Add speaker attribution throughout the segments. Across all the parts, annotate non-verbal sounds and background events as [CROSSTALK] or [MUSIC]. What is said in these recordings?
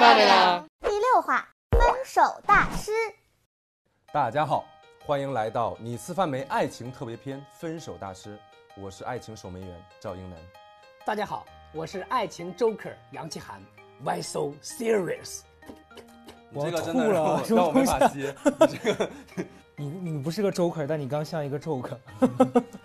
Speaker 1: 到没了？
Speaker 2: 第六话，分手大师。
Speaker 3: 大家好，欢迎来到《你吃饭没？爱情特别篇》分手大师，我是爱情守门员赵英男。
Speaker 1: 大家好，我是爱情 Joker 杨奇涵，Why so serious？
Speaker 3: 你这
Speaker 4: 我
Speaker 3: 个真
Speaker 4: 吐
Speaker 3: 的让
Speaker 4: 了
Speaker 3: 我
Speaker 4: 什么
Speaker 3: 让我没
Speaker 4: 东西
Speaker 3: 法接，你这个 [LAUGHS]
Speaker 4: 你你不是个 joker，但你刚像一个 joker。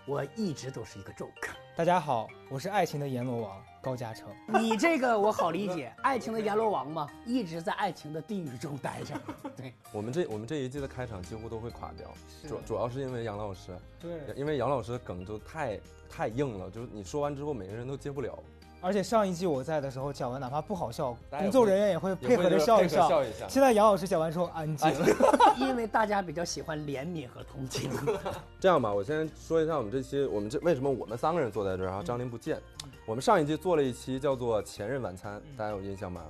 Speaker 1: 我一直都是一个
Speaker 5: [LAUGHS]
Speaker 1: Joker。
Speaker 4: 大家好，我是爱情的阎罗王高嘉诚。
Speaker 1: 你这个我好理解，爱情的阎罗王嘛，一直在爱情的地狱中待着。对，
Speaker 3: 我们这我们这一季的开场几乎都会垮掉，主主要是因为杨老师，
Speaker 4: 对，
Speaker 3: 因为杨老师的梗就太太硬了，就是你说完之后每个人都接不了，
Speaker 4: 而且上一季我在的时候讲完，哪怕不好笑，
Speaker 3: 大家也
Speaker 4: 工作人员也会
Speaker 3: 也
Speaker 4: 配合
Speaker 3: 会
Speaker 4: 着
Speaker 3: 就是
Speaker 4: 笑
Speaker 3: 配
Speaker 4: 一
Speaker 3: 合
Speaker 4: 笑。
Speaker 3: 笑一下
Speaker 4: 现在杨老师讲完之后安静了。
Speaker 1: 因为大家比较喜欢怜悯和同
Speaker 5: [LAUGHS]
Speaker 1: 情。
Speaker 3: 这样吧，我先说一下我们这期，我们这为什么我们三个人坐在这儿，然后张琳不见。我们上一期做了一期叫做《前任晚餐》，大家有印象吗？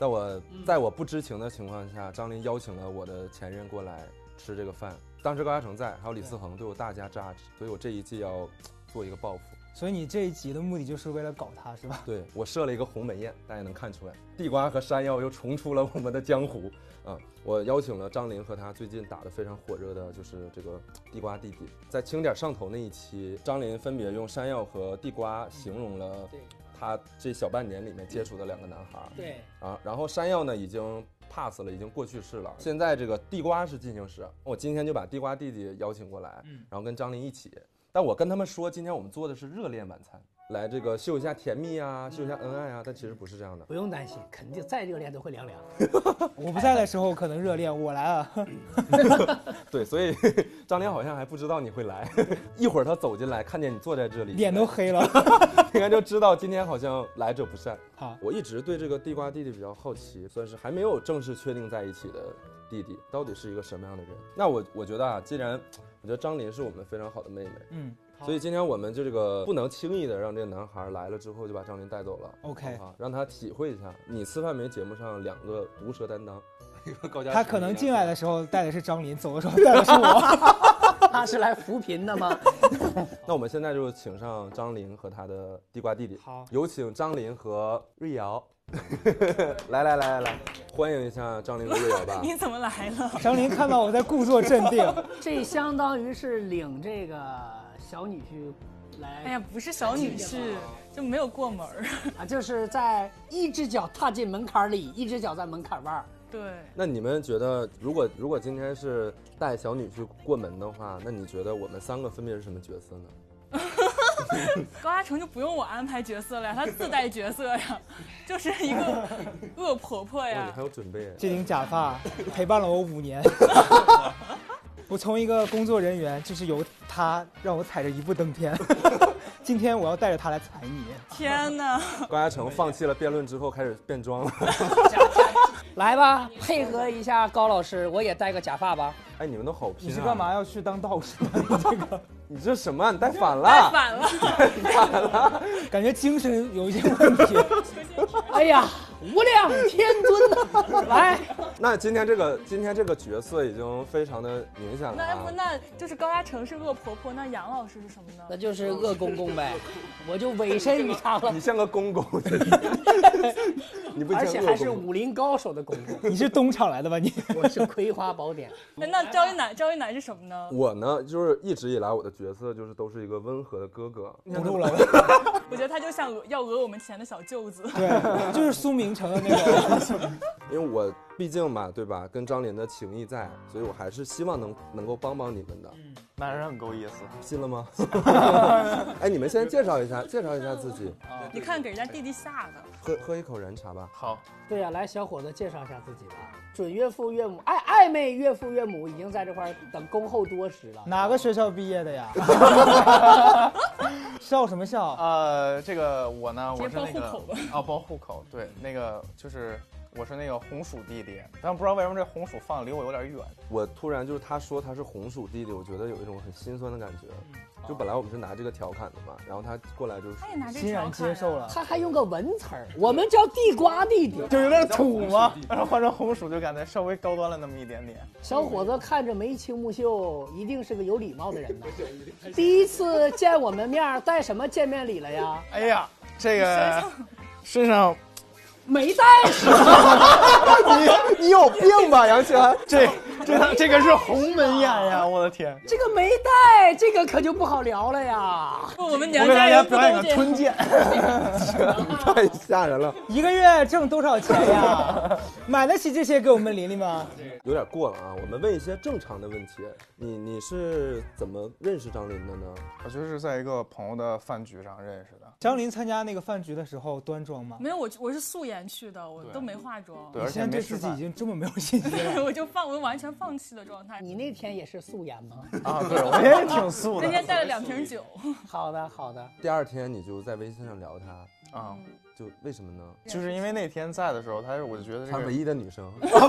Speaker 3: 在我在我不知情的情况下，张琳邀请了我的前任过来吃这个饭。当时高嘉诚在，还有李思恒对我大加 judge，所以我这一季要做一个报复。
Speaker 4: 所以你这一集的目的就是为了搞他是吧？ [LAUGHS]
Speaker 3: 对我设了一个鸿门宴，大家能看出来，地瓜和山药又重出了我们的江湖啊！我邀请了张琳和她最近打得非常火热的就是这个地瓜弟弟，在轻点上头那一期，张琳分别用山药和地瓜形容了
Speaker 1: 对
Speaker 3: 她这小半年里面接触的两个男孩儿
Speaker 1: 对，
Speaker 3: 啊，然后山药呢已经 pass 了，已经过去式了，现在这个地瓜是进行时，我今天就把地瓜弟弟邀请过来，
Speaker 4: 嗯
Speaker 3: 然后跟张琳一起，但我跟他们说，今天我们做的是热恋晚餐。来这个秀一下甜蜜啊，秀一下恩爱啊，但其实不是这样的。
Speaker 1: 不用担心，肯定再热恋都会凉
Speaker 5: [LAUGHS]
Speaker 1: 凉。
Speaker 4: 我不在的时候可能热恋，我来了。
Speaker 3: 对，所以 [LAUGHS] 张琳好像还不知道你会来， [LAUGHS] 一会儿她走进来，看见你坐在这里，
Speaker 4: 脸都黑了。
Speaker 3: [LAUGHS] 应该就知道今天好像来者不善。
Speaker 4: 好，
Speaker 3: 我一直对这个地瓜弟弟比较好奇，算是还没有正式确定在一起的弟弟，到底是一个什么样的人？那我我觉得啊，既然我觉得张琳是我们非常好的妹妹，
Speaker 4: 嗯
Speaker 3: 所以今天我们就这个不能轻易的让这个男孩来了之后就把张琳带走了。
Speaker 4: ，OK，
Speaker 3: 啊，让他体会一下你吃饭没节目上两个毒舌担当， [LAUGHS] 一个高嘉
Speaker 4: 他可能进来的时候带的是张琳，走的时候带的是我。 [LAUGHS]
Speaker 1: 他是来扶贫的吗？
Speaker 3: 那我们现在就请上张琳和他的地瓜弟弟。
Speaker 4: 好
Speaker 3: 有请张琳和瑞瑶。来来来来来，欢迎一下张琳和瑞瑶吧。
Speaker 5: [LAUGHS] 你怎么来了？
Speaker 4: 张琳看到我在故作镇定，
Speaker 1: 这相当于是领这个小女婿来，
Speaker 5: 哎呀，不是小女士，就没有过门儿。
Speaker 1: 啊，就是在一只脚踏进门槛里，一只脚在门槛外儿。
Speaker 5: 对，
Speaker 3: 那你们觉得，如果如果今天是带小女去过门的话，那你觉得我们三个分别是什么角色呢？
Speaker 5: 高嘉诚就不用我安排角色了呀，他自带角色呀， [LAUGHS] 就是一个恶婆婆
Speaker 3: 哇，你
Speaker 5: 呀
Speaker 3: 还。有准备啊？
Speaker 4: 这顶假发陪伴了我五 [LAUGHS] 年。我从一个工作人员，就是由他让我踩着一步登 [LAUGHS] 天。今天我要带着他来踩你，
Speaker 5: 天 [LAUGHS] 哪，
Speaker 3: 高嘉诚放弃了辩论之后开始变装了。 [LAUGHS]
Speaker 1: 来吧，配合一下高老师，我也戴个假发吧。
Speaker 3: 哎，你们都好拼、啊！
Speaker 4: 你是干？嘛要去当道士？这个
Speaker 3: 你这什么啊？你带反
Speaker 5: 太
Speaker 3: 了！
Speaker 5: 反了，
Speaker 4: [LAUGHS] 感觉精神有一些问题。
Speaker 1: 哎呀，无量天尊呐！来，
Speaker 3: 那今天这个今天这个角色已经非常的明显了、
Speaker 5: 那不
Speaker 3: 啊。
Speaker 5: 那就是高嘉诚是恶婆婆，那杨老师是什么呢
Speaker 1: 那？就是恶公公呗，我就委身于他了
Speaker 3: 你，像个公 [LAUGHS] 公，你不
Speaker 1: 而且
Speaker 3: 像
Speaker 1: 还
Speaker 3: 恶
Speaker 1: 是
Speaker 3: 公。
Speaker 1: 武林高手的公公，
Speaker 4: 你是东厂来的吧？你
Speaker 1: 我是葵花宝典。
Speaker 5: 那那赵一楠，赵一楠是什么呢？
Speaker 3: 我呢，就是一直以来我的角色就是都是一个温和的哥哥。
Speaker 4: 不录了。
Speaker 5: 我觉得他就像讹要讹我们钱的小舅子。
Speaker 4: [LAUGHS] 对，就是苏明成的那 [LAUGHS] 个。
Speaker 3: 因为我毕竟嘛，对吧，跟张琳的情谊在，所以我还是希望能能够帮帮你们的。
Speaker 6: 男人很够意思，
Speaker 3: 信了吗？ [LAUGHS] 哎，你们先介绍一下，介绍一下自己，
Speaker 5: 你看给人家弟弟吓的，
Speaker 3: 喝喝一口人茶吧。
Speaker 6: 好，
Speaker 1: 对呀、来，小伙子，介绍一下自己吧。准岳父岳母，暧暧昧岳父岳母已经在这块儿等恭候多时了。
Speaker 4: 哪个学校毕业的呀？ [LAUGHS] 笑什么笑？
Speaker 6: 呃，这个我呢，
Speaker 5: 直
Speaker 6: 我
Speaker 5: 接
Speaker 6: 是
Speaker 5: 报
Speaker 6: 那个
Speaker 5: 户口吧
Speaker 6: 啊，报户口，对，那个就是我是那个红薯弟弟，但不知道为什么这红薯放得离我有点远，
Speaker 3: 我突然就是他说他是红薯弟弟，我觉得有一种很心酸的感觉。就本来我们是拿这个调侃的嘛，然后他过来就是
Speaker 5: 他也拿这
Speaker 4: 欣
Speaker 5: 条
Speaker 4: 然
Speaker 5: 看
Speaker 4: 接
Speaker 5: 呀
Speaker 4: 受了。
Speaker 1: 他还用个文词儿，我们叫地瓜弟弟。
Speaker 6: 就有点土嘛，但是换成红薯就感觉稍微高端了那么一点点。
Speaker 1: 小伙子看着眉清目秀，一定是个有礼貌的 [LAUGHS] 人呐。第一次见
Speaker 6: 哎
Speaker 1: 我们面儿，带什么见面礼了呀？
Speaker 6: 哎呀，这个身上
Speaker 1: 没带手，
Speaker 6: [LAUGHS] 你你有病吧，杨奇涵？这这这个是鸿门宴呀！我的天！
Speaker 1: [LAUGHS] 这个没带，这个可就不好聊了呀。
Speaker 5: 不，我们
Speaker 6: 我
Speaker 5: 娘
Speaker 6: 给
Speaker 5: 家
Speaker 6: 大家
Speaker 5: 人不
Speaker 6: 表演
Speaker 5: 都
Speaker 6: 个
Speaker 5: 这样。
Speaker 6: 吞剑，
Speaker 3: [LAUGHS] 太吓人了，
Speaker 4: 一个月挣多少钱 [LAUGHS] 呀？买得起这些给我们琳琳吗？
Speaker 3: 有点过了啊。我们问一些正常的问题，你你是怎么认识张琳的呢？
Speaker 6: 我就是在一个朋友的饭局上认识的。
Speaker 4: 张琳参加那个饭局的时候端庄吗？
Speaker 5: 没有，我我是素颜去的，我都没化妆，
Speaker 6: 对，
Speaker 4: 你
Speaker 6: 而
Speaker 4: 现
Speaker 6: 且
Speaker 4: 在
Speaker 6: 没
Speaker 4: 对
Speaker 6: 吃
Speaker 4: 自己已
Speaker 6: 饭
Speaker 4: 经这么没有信心了。
Speaker 5: [LAUGHS] 我就放，我完全放弃的状态。
Speaker 1: 你那天也是素颜 [LAUGHS] 吗？
Speaker 6: 啊，对，我也挺素
Speaker 5: [LAUGHS] 那天
Speaker 6: 的
Speaker 5: 带了两瓶酒，
Speaker 1: 好的，好的。
Speaker 3: 第二天你就在微信上聊她，
Speaker 6: 啊，
Speaker 5: 嗯
Speaker 3: 就为什么呢？
Speaker 6: 就是因为那天在的时候，他是我就觉得这
Speaker 3: 她
Speaker 6: 个啊
Speaker 3: 唯一的女生，
Speaker 6: 不不不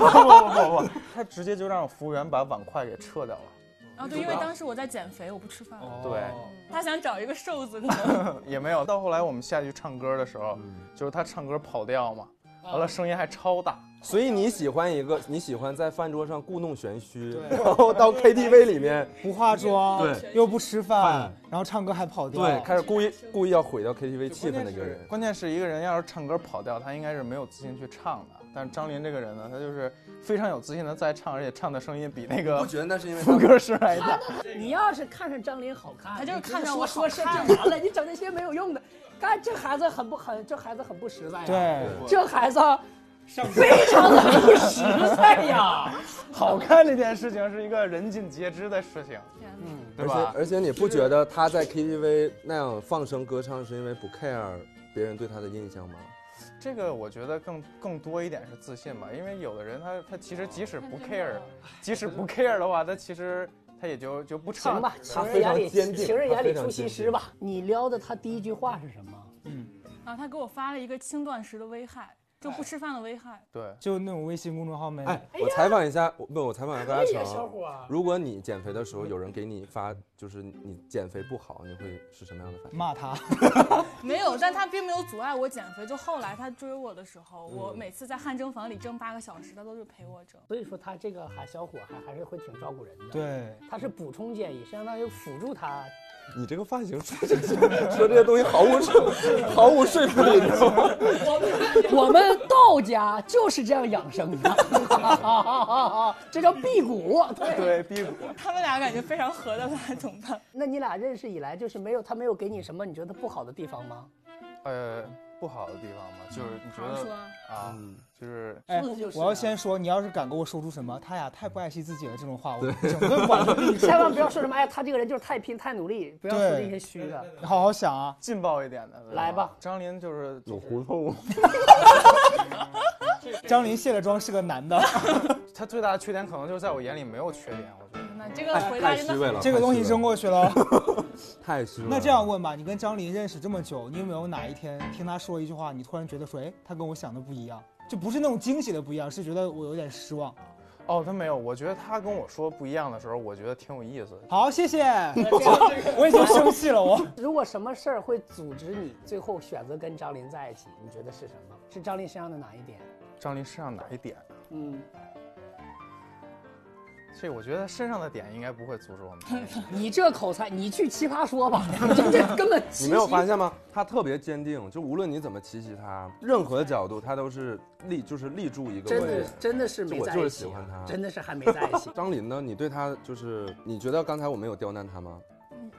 Speaker 6: 不不，他直接就让服务员把碗筷给撤掉了。
Speaker 5: 啊，对，因为当时我在减肥，我不吃
Speaker 6: [LAUGHS]
Speaker 5: 饭。
Speaker 4: 哦
Speaker 6: 对，
Speaker 5: 他想找一个瘦 [LAUGHS] 子，可能
Speaker 6: 也没有。到后来我们下去唱歌的时候，
Speaker 3: 嗯
Speaker 6: 就是他唱歌跑调嘛，
Speaker 5: 啊
Speaker 6: 完了声音还超大。
Speaker 3: 所以你喜欢一个，你喜欢在饭桌上故弄玄虚，然后 [LAUGHS] 到 KTV 里面，
Speaker 4: 不化妆，
Speaker 3: 对，
Speaker 4: 又不吃饭
Speaker 3: 饭，
Speaker 4: 然后唱歌还跑调，
Speaker 3: 对，开始故意故意要毁掉 KTV 气氛的一个人。
Speaker 6: 关键是一个人要是唱歌跑调，他应该是没有自信去唱的。但是张琳这个人呢，他就是非常有自信的在唱，而且唱的声音比那
Speaker 3: 不
Speaker 6: 个
Speaker 3: 觉得那是因为
Speaker 6: 副
Speaker 3: 她
Speaker 6: 歌声还大。
Speaker 1: 你要是看上张琳好看，
Speaker 5: 他就是
Speaker 1: 你直接
Speaker 5: 看上我
Speaker 1: 说
Speaker 5: 好
Speaker 1: 说这就完了，你整那些没有用的。干这孩子很不很，这孩子很不实在呀。
Speaker 4: 对，
Speaker 1: 这孩子 [LAUGHS] 非常的不实在 [LAUGHS] 呀。
Speaker 6: 好看这件事情是一个人尽皆知的事情，对
Speaker 3: 而且
Speaker 6: 吧？
Speaker 3: 而且你不觉得她在 KTV 那样放声歌唱是因为不 care 别人对她的印象吗？
Speaker 6: 这个我觉得更更多一点是自信吧，因为有的人他他其实即使不 care，即
Speaker 5: 啊
Speaker 6: 使不 care 的话，他其实他也就就不唱
Speaker 1: 行吧，
Speaker 3: 他
Speaker 1: 情人
Speaker 3: 非常
Speaker 1: 眼里
Speaker 3: 坚定
Speaker 1: 情人
Speaker 3: 他
Speaker 1: 眼里
Speaker 3: 非常
Speaker 1: 出西
Speaker 3: 坚
Speaker 1: 施
Speaker 3: 定
Speaker 1: 吧。你撩的他第一句话是什么？
Speaker 5: 啊，他给我发了一个轻断食的危害，就不吃饭的危害。
Speaker 6: 对，
Speaker 4: 就那种微信公众号没。
Speaker 3: 哎，我采访一下，我不，我采访一下高
Speaker 1: 可
Speaker 3: 嘉
Speaker 1: 以啊，小
Speaker 3: 诚。
Speaker 1: 伙儿。
Speaker 3: 如果你减肥的时候有人给你发，就是你减肥不好，你会是什么样的反应？
Speaker 4: 骂他，
Speaker 5: 没有，但他并没有阻碍我减肥。就后来他追我的时候，我每次在汗蒸房里蒸八个小时，他都是陪我蒸。
Speaker 1: 所以说他这个还小伙儿还还是会挺照顾人的。，
Speaker 4: 对，
Speaker 1: 他是补充建议，相当于辅助他。 [LAUGHS]
Speaker 3: 你这个发型说这些说这些东西毫无说毫无说服力，你知道吗？
Speaker 1: 我们道家就是这样养生的， [LAUGHS] 这叫辟谷。对，
Speaker 6: 对，辟谷。
Speaker 5: 他们俩感觉非常合得来，怎么办？
Speaker 1: 那你俩认识以来，就是没有他没有给你什么你觉得不好的地方吗？
Speaker 6: 呃，不好的地方嘛，就是你觉
Speaker 5: 好说
Speaker 6: 得啊，
Speaker 3: 嗯
Speaker 6: 就是
Speaker 4: 哎
Speaker 1: 说的就是，啊
Speaker 4: 我要先说，你要是敢跟我说出什么“他呀太不爱惜自己了”这种话，我整个管子
Speaker 1: [LAUGHS]
Speaker 4: 闭住。
Speaker 1: 千万不要说什么哎，他这个人就是太拼太努力，不要说
Speaker 4: 对
Speaker 1: 这些虚的。
Speaker 4: 你好好想啊，
Speaker 6: 劲爆一点的。对
Speaker 1: 来吧
Speaker 6: 张琳就是
Speaker 3: 有胡同吗？
Speaker 4: 张琳卸了妆是个男的，
Speaker 6: 他最大的缺点，可能就是在我眼里没有缺点，我觉得。
Speaker 5: 那这个回答真的
Speaker 3: 了
Speaker 4: [LAUGHS] 这个东西扔过去了。
Speaker 3: 太虚伪了。
Speaker 4: 那这样问吧，你跟张琳认识这么久，你有没有哪一天听她说一句话，你突然觉得说，哎，她跟我想的不一样？就不是那种惊喜的不一样，是觉得我有点失望。
Speaker 6: 哦，他没有，我觉得他跟我说不一样的时候，我觉得挺有意思的。
Speaker 4: 好，谢谢。 [LAUGHS] 我已经生气了，我。
Speaker 1: 如果什么事儿会组织你最后选择跟张琳在一起，你觉得是什么？是张琳身上的哪一点？
Speaker 6: 张琳身上哪一点？啊
Speaker 1: 嗯，
Speaker 6: 这我觉得身上的点应该不会阻止我们在一起。
Speaker 1: 你这口才，你去奇葩说吧，这这根本
Speaker 3: 你没有发现吗？他特别坚定，就无论你怎么奇袭他，任何角度他都是立，就是立住一个
Speaker 1: 真
Speaker 3: 观
Speaker 1: 的
Speaker 3: 点。
Speaker 1: 真的是没
Speaker 3: 就我
Speaker 1: 在
Speaker 3: 就是
Speaker 1: 一起啊，
Speaker 3: 喜欢他。
Speaker 1: 真的是还没在一
Speaker 5: [LAUGHS]
Speaker 1: 起
Speaker 3: 张琳呢？你对他就是，你觉得刚才我没有刁难他吗？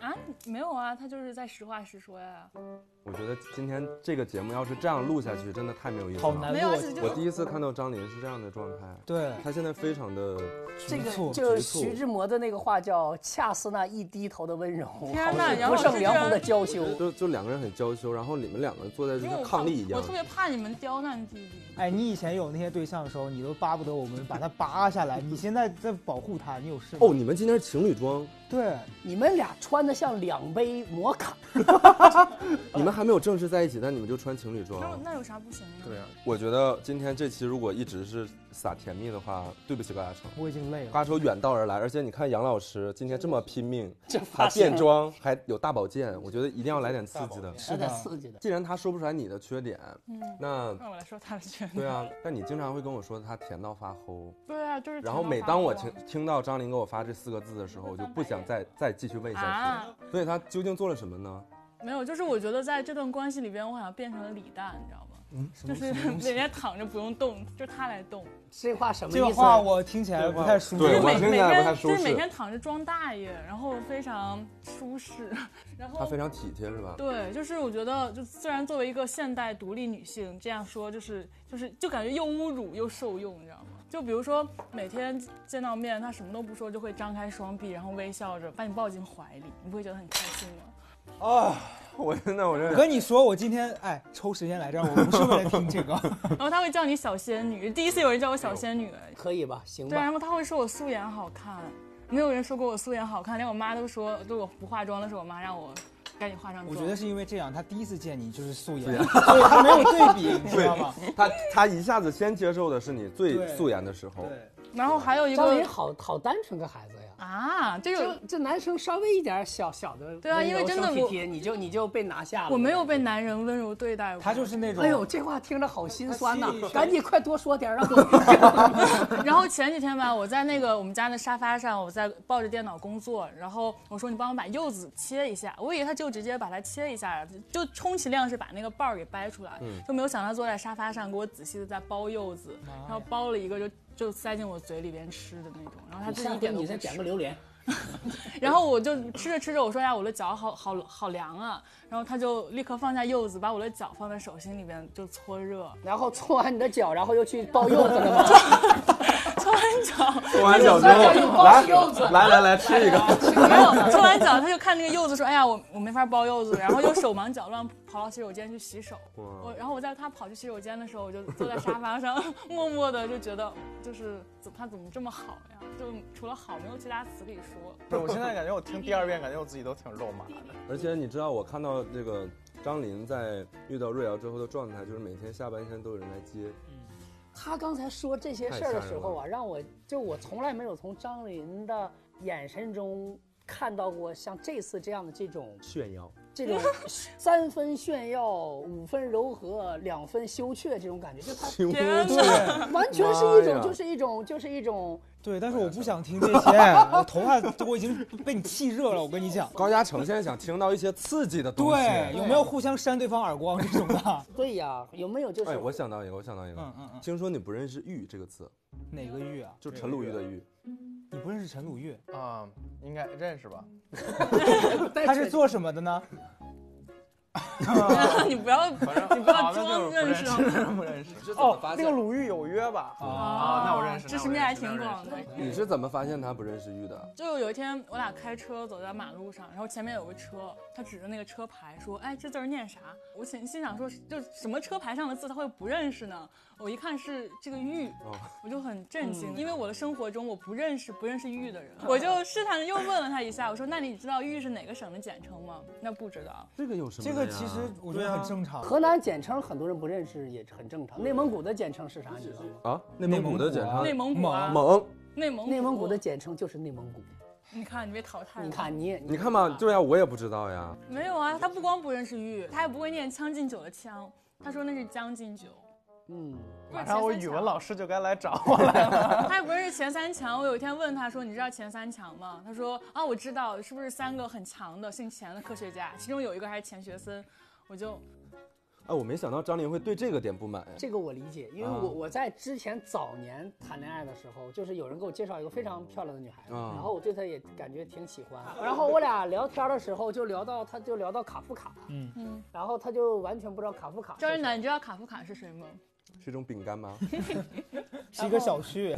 Speaker 5: 啊，没有啊，他就是在实话实说呀。
Speaker 3: 我觉得今天这个节目要是这样录下去，真的太没有意思了。
Speaker 4: 好难
Speaker 5: 没有，而且
Speaker 3: 哎我
Speaker 5: 就
Speaker 3: 第一次看到张琳是这样的状态，
Speaker 4: 对，
Speaker 3: 她现在非常的，
Speaker 1: 这
Speaker 4: 局促
Speaker 1: 个就是
Speaker 3: 局促
Speaker 1: 徐志摩的那个话叫“恰似那一低头的温柔，
Speaker 5: 天
Speaker 1: 好似
Speaker 5: 哪
Speaker 1: [LAUGHS]
Speaker 5: 然
Speaker 1: 不
Speaker 5: 后
Speaker 1: 胜
Speaker 5: 是
Speaker 1: 梁
Speaker 5: 这
Speaker 1: 红
Speaker 5: 样
Speaker 1: 的娇羞
Speaker 3: 就就两个人很娇羞，然后你们两个坐在这
Speaker 5: 因为
Speaker 3: 个
Speaker 5: 我
Speaker 3: 伉俪一样
Speaker 5: 我特。别怕你们刁难弟弟。
Speaker 4: 哎，你以前有那些对象的时候，你都巴不得我们把他扒下来，你现在在保护他，你有事吗？
Speaker 3: 哦，，你们今天是情侣装，
Speaker 4: 对，
Speaker 1: 你们俩穿的像两杯摩卡，
Speaker 3: 你们还没有正式在一起，但你们就穿情侣
Speaker 5: 那
Speaker 3: 装。
Speaker 5: 呃那有啥不行呢？
Speaker 6: 对啊，
Speaker 3: 我觉得今天这期如果一直是撒甜蜜的话，对不起高亚成。
Speaker 4: 我已经累了。
Speaker 3: 高亚成远道而来，而且你看杨老师今天这么拼命，
Speaker 1: 这
Speaker 3: 还
Speaker 1: 发型
Speaker 3: 变装，还有大保健，我觉得一定要来点刺激的。
Speaker 1: 有点刺激的。
Speaker 3: 既然他说不出来你的缺点，
Speaker 5: 嗯
Speaker 3: 那
Speaker 5: 那我来说他的缺点。
Speaker 3: 对啊，但你经常会跟我说他甜到发齁。
Speaker 5: [LAUGHS] 对啊，就是。
Speaker 3: 然后每当我听听到张琳给我发这四个字的时候，我就不想再再继续问下
Speaker 5: 啊，
Speaker 3: 去。所以他究竟做了什么呢？
Speaker 5: 没有，就是我觉得在这段关系里边，我好像变成了李诞，你知道吗？就是人家躺着不用动，就他来动。
Speaker 1: 这话什么
Speaker 4: 这
Speaker 1: 意
Speaker 4: 个
Speaker 1: 思？啊
Speaker 4: 话我听起来不太舒服。
Speaker 5: 就是
Speaker 3: 对我
Speaker 5: 每
Speaker 3: 听起
Speaker 5: 每
Speaker 3: 来不
Speaker 5: 天
Speaker 3: 太舒
Speaker 5: 就是
Speaker 3: 适
Speaker 5: 每天躺着装大爷，然后非常舒适，然
Speaker 3: 她
Speaker 5: 后
Speaker 3: 非常体贴是吧？
Speaker 5: 对，就是我觉得，就虽然作为一个现代独立女性这样说，就是就是就感觉又侮辱又受用，你知道吗？就比如说每天见到面，她什么都不说，就会张开双臂，然后微笑着把你抱进怀里，你不会觉得很开心吗？
Speaker 3: 啊， [LAUGHS] 我那我
Speaker 4: 我
Speaker 3: 这
Speaker 4: 跟你说，我今天哎抽时间来这儿，我不是为了听这个。
Speaker 5: 然后她会叫你小仙女，第一次有人叫我小仙女，
Speaker 4: 嗯
Speaker 1: 可以吧？行
Speaker 5: 对，啊
Speaker 1: 吧
Speaker 5: 然？后她会说我素颜好看，没有人说过我素颜好看，连我妈都说，就我不化妆的时候，我妈让我赶紧化上
Speaker 4: 我
Speaker 5: 妆。
Speaker 4: 觉得是因为这样，他第一次见你就是素颜，所以他没有对比，你知道吗？
Speaker 3: 她她一下子先接受的是你最
Speaker 4: 对
Speaker 3: 素颜的时候，
Speaker 5: 然后还有一
Speaker 1: 张琳
Speaker 5: 个
Speaker 1: 好好单纯个孩子呀。
Speaker 5: 啊，这个
Speaker 1: 这这男生稍微一点小小的
Speaker 5: 对啊因为真的
Speaker 1: 温柔小
Speaker 5: 我
Speaker 1: 体贴，你就你就被拿下了。
Speaker 5: 我没有被男人温柔对待过，
Speaker 4: 他就是那种，
Speaker 1: 哎呦，这话听着好心酸呐
Speaker 4: 他心里！
Speaker 1: 赶紧快多说点儿，啊让 [LAUGHS] 我
Speaker 5: 然后前几天吧，我在那个我们家的沙发上，我在抱着电脑工作，然后我说你帮我把柚子切一下，我以为他就直接把它切一下，就充其量是把那个瓣儿给掰出来，就没有想到坐在沙发上给我仔细的在剥柚子，然后剥了一个就就塞进我嘴里边吃的那种，
Speaker 1: [LAUGHS]
Speaker 5: 然后他自己
Speaker 1: 下
Speaker 5: 一
Speaker 1: 回
Speaker 5: 点都
Speaker 1: 你
Speaker 5: 不
Speaker 1: 再捡
Speaker 5: 吃
Speaker 1: 个。榴莲，
Speaker 5: 然后我就吃着吃着，我说呀，我的脚好好好凉啊，然后他就立刻放下柚子，把我的脚放在手心里边就搓热，
Speaker 1: 然后搓完你的脚，然后又去剥柚子了吗？
Speaker 3: [LAUGHS]
Speaker 5: 搓完脚。
Speaker 3: 做完脚之
Speaker 1: 又
Speaker 3: 后，
Speaker 1: 剥柚子，
Speaker 3: 来来来吃一个，
Speaker 5: [LAUGHS] 没有，搓完脚他就看那个柚子说：“哎呀，我我没法剥柚子。”然后就手忙脚乱跑到洗手间去洗手。我然后我在他跑去洗手间的时候，我就坐在沙发上，默默的就觉得就是怎他怎么这么好呀？就除了好没有其他词可以说。
Speaker 6: 不是，我现在感觉我听第二遍，感觉我自己都挺肉麻的。
Speaker 3: 而且你知道，我看到这个张琳在遇到瑞瑶之后的状态，就是每天下班前都有人来接。
Speaker 1: 他刚才说这些事儿的时候
Speaker 3: [LAUGHS]
Speaker 1: 啊，让我就我从来没有从张琳的眼神中看到过像这次这样的这种
Speaker 3: 炫耀，[LAUGHS]
Speaker 1: 这种三分炫耀、五分柔和、两分羞怯这种感觉，就
Speaker 3: [LAUGHS] 哎
Speaker 1: 他
Speaker 5: 天哪！
Speaker 4: 对
Speaker 1: 完全是一
Speaker 3: 妈
Speaker 1: 种
Speaker 3: 呀
Speaker 1: 就是一种就是一种
Speaker 4: 对，但是我不想听这些，我头发都我已经被你气热了，我跟你讲。
Speaker 3: 高嘉诚现在想听到一些刺激的东西。啊
Speaker 4: 对，有没有互相扇对方耳光这种的？
Speaker 1: 对呀、有没有就是、
Speaker 3: 哎，我想到一个，我想到一个，
Speaker 4: 嗯嗯嗯，
Speaker 3: 听说你不认识“玉”这个词，
Speaker 4: 哪个玉啊？
Speaker 3: 就陈鲁豫的“豫
Speaker 4: 你不认识陈鲁豫？
Speaker 6: 啊、应该认识吧？
Speaker 1: 但
Speaker 4: 他是做什么的呢？
Speaker 5: [LAUGHS] 你不要
Speaker 6: 反正
Speaker 5: 你不要
Speaker 6: 好那就是不
Speaker 5: 装认
Speaker 6: 认
Speaker 5: 识
Speaker 6: 识，
Speaker 5: 了。
Speaker 6: 不认识。”，
Speaker 3: 是怎
Speaker 6: 哦，那个《鲁豫有约》吧？
Speaker 5: 啊
Speaker 6: 那我认识
Speaker 5: 知识面还挺广的。
Speaker 3: 你是怎么发现他不认识“玉”的？
Speaker 5: 就有一天，我俩开车走在马路上，然后前面有个车，他指着那个车牌说：“哎，这字儿念啥？”我心心想说，就什么车牌上的字他会不认识呢？我一看是这个玉，
Speaker 3: 哦
Speaker 5: 我就很震惊，
Speaker 1: 嗯
Speaker 5: 因为我的生活中我不认识不认识玉的人，我就试探着又问了他一下，我说：“那你知道玉是哪个省的简称吗？”那不知
Speaker 6: 啊
Speaker 5: 道。
Speaker 3: 这个有什么
Speaker 4: 这
Speaker 3: 的呀？
Speaker 4: 个其实我觉得很正常。
Speaker 1: 河南简称，很多人不认识也很正常。内蒙古的简称是啥？你知道吗？
Speaker 3: 啊，内
Speaker 4: 内
Speaker 3: 蒙古的简
Speaker 4: 啊
Speaker 5: 内
Speaker 3: 称
Speaker 5: 蒙古啊，
Speaker 3: 蒙，
Speaker 5: 内蒙古
Speaker 1: 内蒙古的，简称就是内蒙古。
Speaker 5: 你看你被淘汰了。
Speaker 1: 你看你也，
Speaker 3: 你看吧，对呀，我也不知道呀。
Speaker 5: 没有啊？他不光不认识玉，他还不会念《将进酒》的“将”，他说那是“将进酒”。
Speaker 1: 嗯，
Speaker 5: 不是
Speaker 6: 马上我
Speaker 5: 前三
Speaker 6: 语
Speaker 5: 强
Speaker 6: 文老师就该来找我了。 [LAUGHS]
Speaker 5: [LAUGHS] 他也不认识前三强。我有一天问他说：“你知道前三强吗？”他说：“啊，我知道，是不是三个很强的姓钱的科学家？其中有一个还是钱学森。”我就
Speaker 3: 哎，我没想到张琳会对这个点不满。
Speaker 1: 这个我理解，因为
Speaker 3: 啊
Speaker 1: 我我在之前早年谈恋爱的时候，就是有人给我介绍一个非常漂亮的女孩子，
Speaker 3: 啊
Speaker 1: 然后我对她也感觉挺喜欢。然后我俩聊天的时候就聊到，她就聊到卡夫卡，
Speaker 4: 嗯
Speaker 5: 嗯，
Speaker 1: 然后她就完全不知道卡夫卡是
Speaker 5: 赵
Speaker 1: 谁。
Speaker 5: 云楠，你知道卡夫卡是谁吗？
Speaker 3: 是一种饼干吗？ [LAUGHS]
Speaker 4: 是一个小区，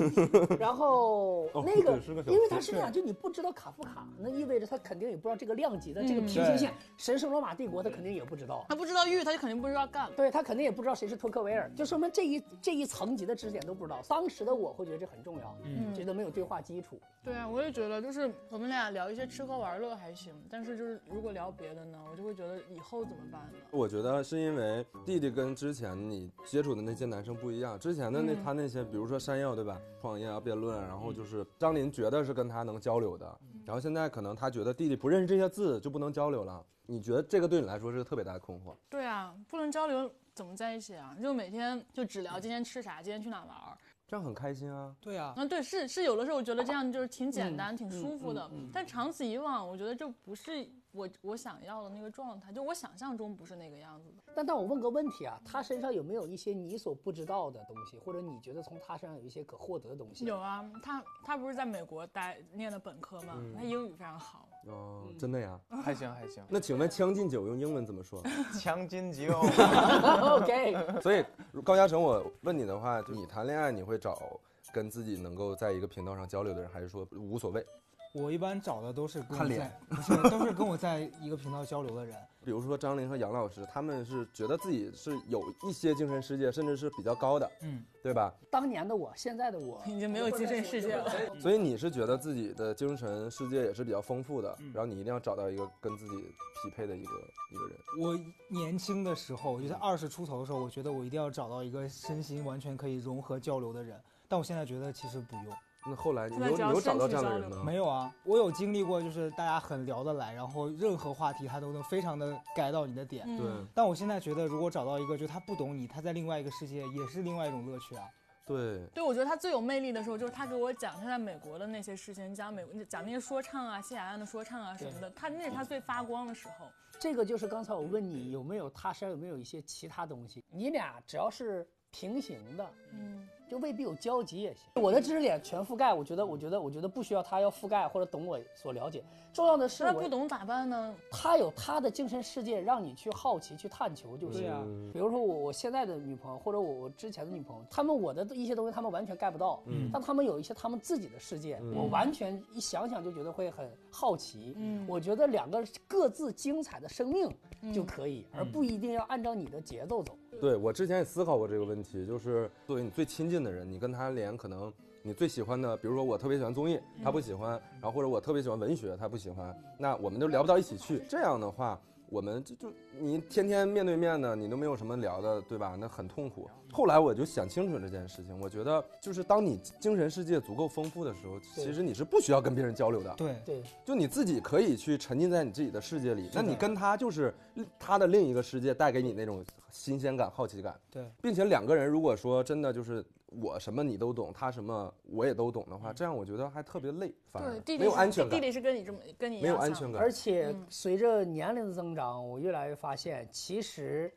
Speaker 1: 然后
Speaker 3: 哦
Speaker 1: 那个
Speaker 3: 对是个，小
Speaker 1: 因为
Speaker 3: 区
Speaker 1: 他是这样，就你不知道卡夫卡，那意味着他肯定也不知道这个量级的这个
Speaker 5: 嗯
Speaker 1: 平行线，神圣罗马帝国他肯定也不知道。
Speaker 5: 他不知道玉，他就肯定不知道干。
Speaker 1: 对他肯定也不知道谁是托克维尔，就说明这一这一层级的知识点都不知道。当时的我会觉得这很重要，
Speaker 5: 嗯
Speaker 1: 觉得没有对话基础。
Speaker 5: 对啊，我也觉得，就是我们俩聊一些吃喝玩乐还行，但是就是如果聊别的呢，我就会觉得以后怎么办呢？
Speaker 3: 我觉得是因为弟弟跟之前你接触的那些男生不一样，之前的那
Speaker 5: 嗯
Speaker 3: 他那些，比如说山药对吧，创业啊、辩论啊，然后就是张琳觉得是跟他能交流的，
Speaker 5: 嗯
Speaker 3: 然后现在可能他觉得弟弟不认识这些字就不能交流了。你觉得这个对你来说是个特别大的困惑？
Speaker 5: 对啊，不能交流怎么在一起啊？就每天就只聊今天吃啥，今天去哪玩儿。
Speaker 3: 这样很开心啊。
Speaker 4: 对啊，
Speaker 5: 嗯，对，是是，有的时候我觉得这样就是挺简单、挺舒服的。
Speaker 1: 嗯嗯
Speaker 5: 但长此以往，我觉得这不是我我想要的那个状态，就我想象中不是那个样子的。
Speaker 1: 但但我问个问题啊，他身上有没有一些你所不知道的东西，或者你觉得从他身上有一些可获得的东西？
Speaker 5: 有啊，他他不是在美国待念的本科吗？
Speaker 3: 嗯
Speaker 5: 他英语非常好，
Speaker 3: 哦，
Speaker 5: 嗯
Speaker 3: 真的呀？，
Speaker 6: 还行还行
Speaker 3: 那请问《将进酒》用英文怎么说？
Speaker 6: [LAUGHS] 强筋急呕。
Speaker 1: [LAUGHS] OK，
Speaker 3: 所以如高嘉诚，我问你的话，就你谈恋爱你会找跟自己能够在一个频道上交流的人，还是说无所谓？
Speaker 4: 我一般找的都是跟我
Speaker 3: 看脸
Speaker 4: 在，不是都是跟我在一个频道交流的人。
Speaker 3: 比如说张琳和杨老师，他们是觉得自己是有一些精神世界，甚至是比较高的，
Speaker 4: 嗯，
Speaker 3: 对吧？
Speaker 1: 当年的我，现在的我，
Speaker 5: 已经没有精神世界了。
Speaker 3: 所以嗯你是觉得自己的精神世界也是比较丰富的，
Speaker 4: 嗯
Speaker 3: 然后你一定要找到一个跟自己匹配的一个一个人。
Speaker 4: 我年轻的时候，就在二十出头的时候，我觉得我一定要找到一个身心完全可以融合交流的人。但我现在觉得其实不用，
Speaker 3: 那后来你
Speaker 5: 现在
Speaker 3: 有
Speaker 5: 只
Speaker 3: 你
Speaker 5: 要
Speaker 3: 有找
Speaker 5: 身
Speaker 3: 到
Speaker 5: 体
Speaker 3: 这样的
Speaker 5: 交
Speaker 3: 人
Speaker 5: 流
Speaker 3: 吗？
Speaker 4: 没有啊，我有经历过，就是大家很聊得来，然后任何话题他都能非常的改到你的点。
Speaker 5: 嗯，
Speaker 4: 但我现在觉得，如果找到一个就他不懂你，他在另外一个世界也是另外一种乐趣啊。
Speaker 3: 对
Speaker 5: 对，我觉得他最有魅力的时候，就是他给我讲他在美国的那些事情，讲美国讲那些说唱啊、西海岸的说唱啊什么的，他那是他最发光的时候。
Speaker 1: 这个就是刚才我问你有没有他身上有没有一些其他东西，你俩只要是平行的，
Speaker 5: 嗯，
Speaker 1: 就未必有交集也行。我的知识点全覆盖，我觉得，我觉得，我觉得不需要他要覆盖或者懂我所了解。重要的是
Speaker 5: 那
Speaker 1: 我
Speaker 5: 不，懂咋办呢？
Speaker 1: 他有他的精神世界，让你去好奇、去探求就
Speaker 4: 对啊
Speaker 1: 行。
Speaker 4: 呀、
Speaker 1: 比如说我我现在的女朋友，或者我我之前的女朋友，她们我的一些东西她们完全 get 不到，
Speaker 3: 嗯
Speaker 1: 但她们有一些她们自己的世界，
Speaker 3: 嗯
Speaker 1: 我完全一想想就觉得会很好奇。
Speaker 5: 嗯
Speaker 1: 我觉得两个各自精彩的生命就可以，而不一定要按照你的节奏走。
Speaker 3: 对，我之前也思考过这个问题，就是作为你最亲近的人，你跟他连可能你最喜欢的，比如说我特别喜欢综艺，他不喜欢，然后或者我特别喜欢文学，他不喜欢，那我们都聊不到一起去。这样的话，我们就就你天天面对面的，你都没有什么聊的，对吧？那很痛苦。后来我就想清楚这件事情，我觉得就是当你精神世界足够丰富的时候，其实你是不需要跟别人交流的。
Speaker 4: 对，
Speaker 1: 对，
Speaker 3: 就你自己可以去沉浸在你自己的世界里，那你跟他就是他的另一个世界带给你那种新鲜感、好奇感。
Speaker 4: 对，
Speaker 3: 并且两个人如果说真的就是我什么你都懂，他什么我也都懂的话，这样我觉得还特别累，反而
Speaker 5: 对，弟弟
Speaker 3: 没有
Speaker 5: 是
Speaker 3: 安全
Speaker 5: 弟
Speaker 3: 感，
Speaker 5: 弟是跟你这么跟你一
Speaker 3: 没有
Speaker 5: 样
Speaker 3: 安
Speaker 5: 想
Speaker 3: 全感
Speaker 1: 而。且随着年龄的增长，我越来越发现，其实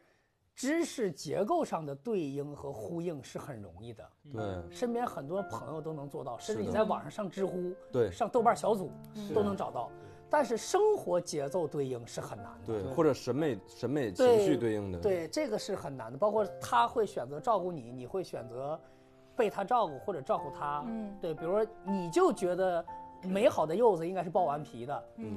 Speaker 1: 知识结构上的对应和呼应是很容易的。
Speaker 3: 对
Speaker 1: 身边很多朋友都能做到，甚
Speaker 3: 嗯
Speaker 1: 至
Speaker 3: 是的
Speaker 1: 你在网上上知乎、
Speaker 3: 对嗯
Speaker 1: 上豆瓣小组都能找到。但是生活节奏对应是很难的。
Speaker 3: 对，或者审美审美
Speaker 1: 对
Speaker 3: 情绪对应的，
Speaker 1: 对，这个是很难的。包括他会选择照顾你，你会选择被他照顾或者照顾他。
Speaker 5: 嗯
Speaker 1: 对，比如说你就觉得美好的柚子应该是剥完皮的，
Speaker 5: 嗯，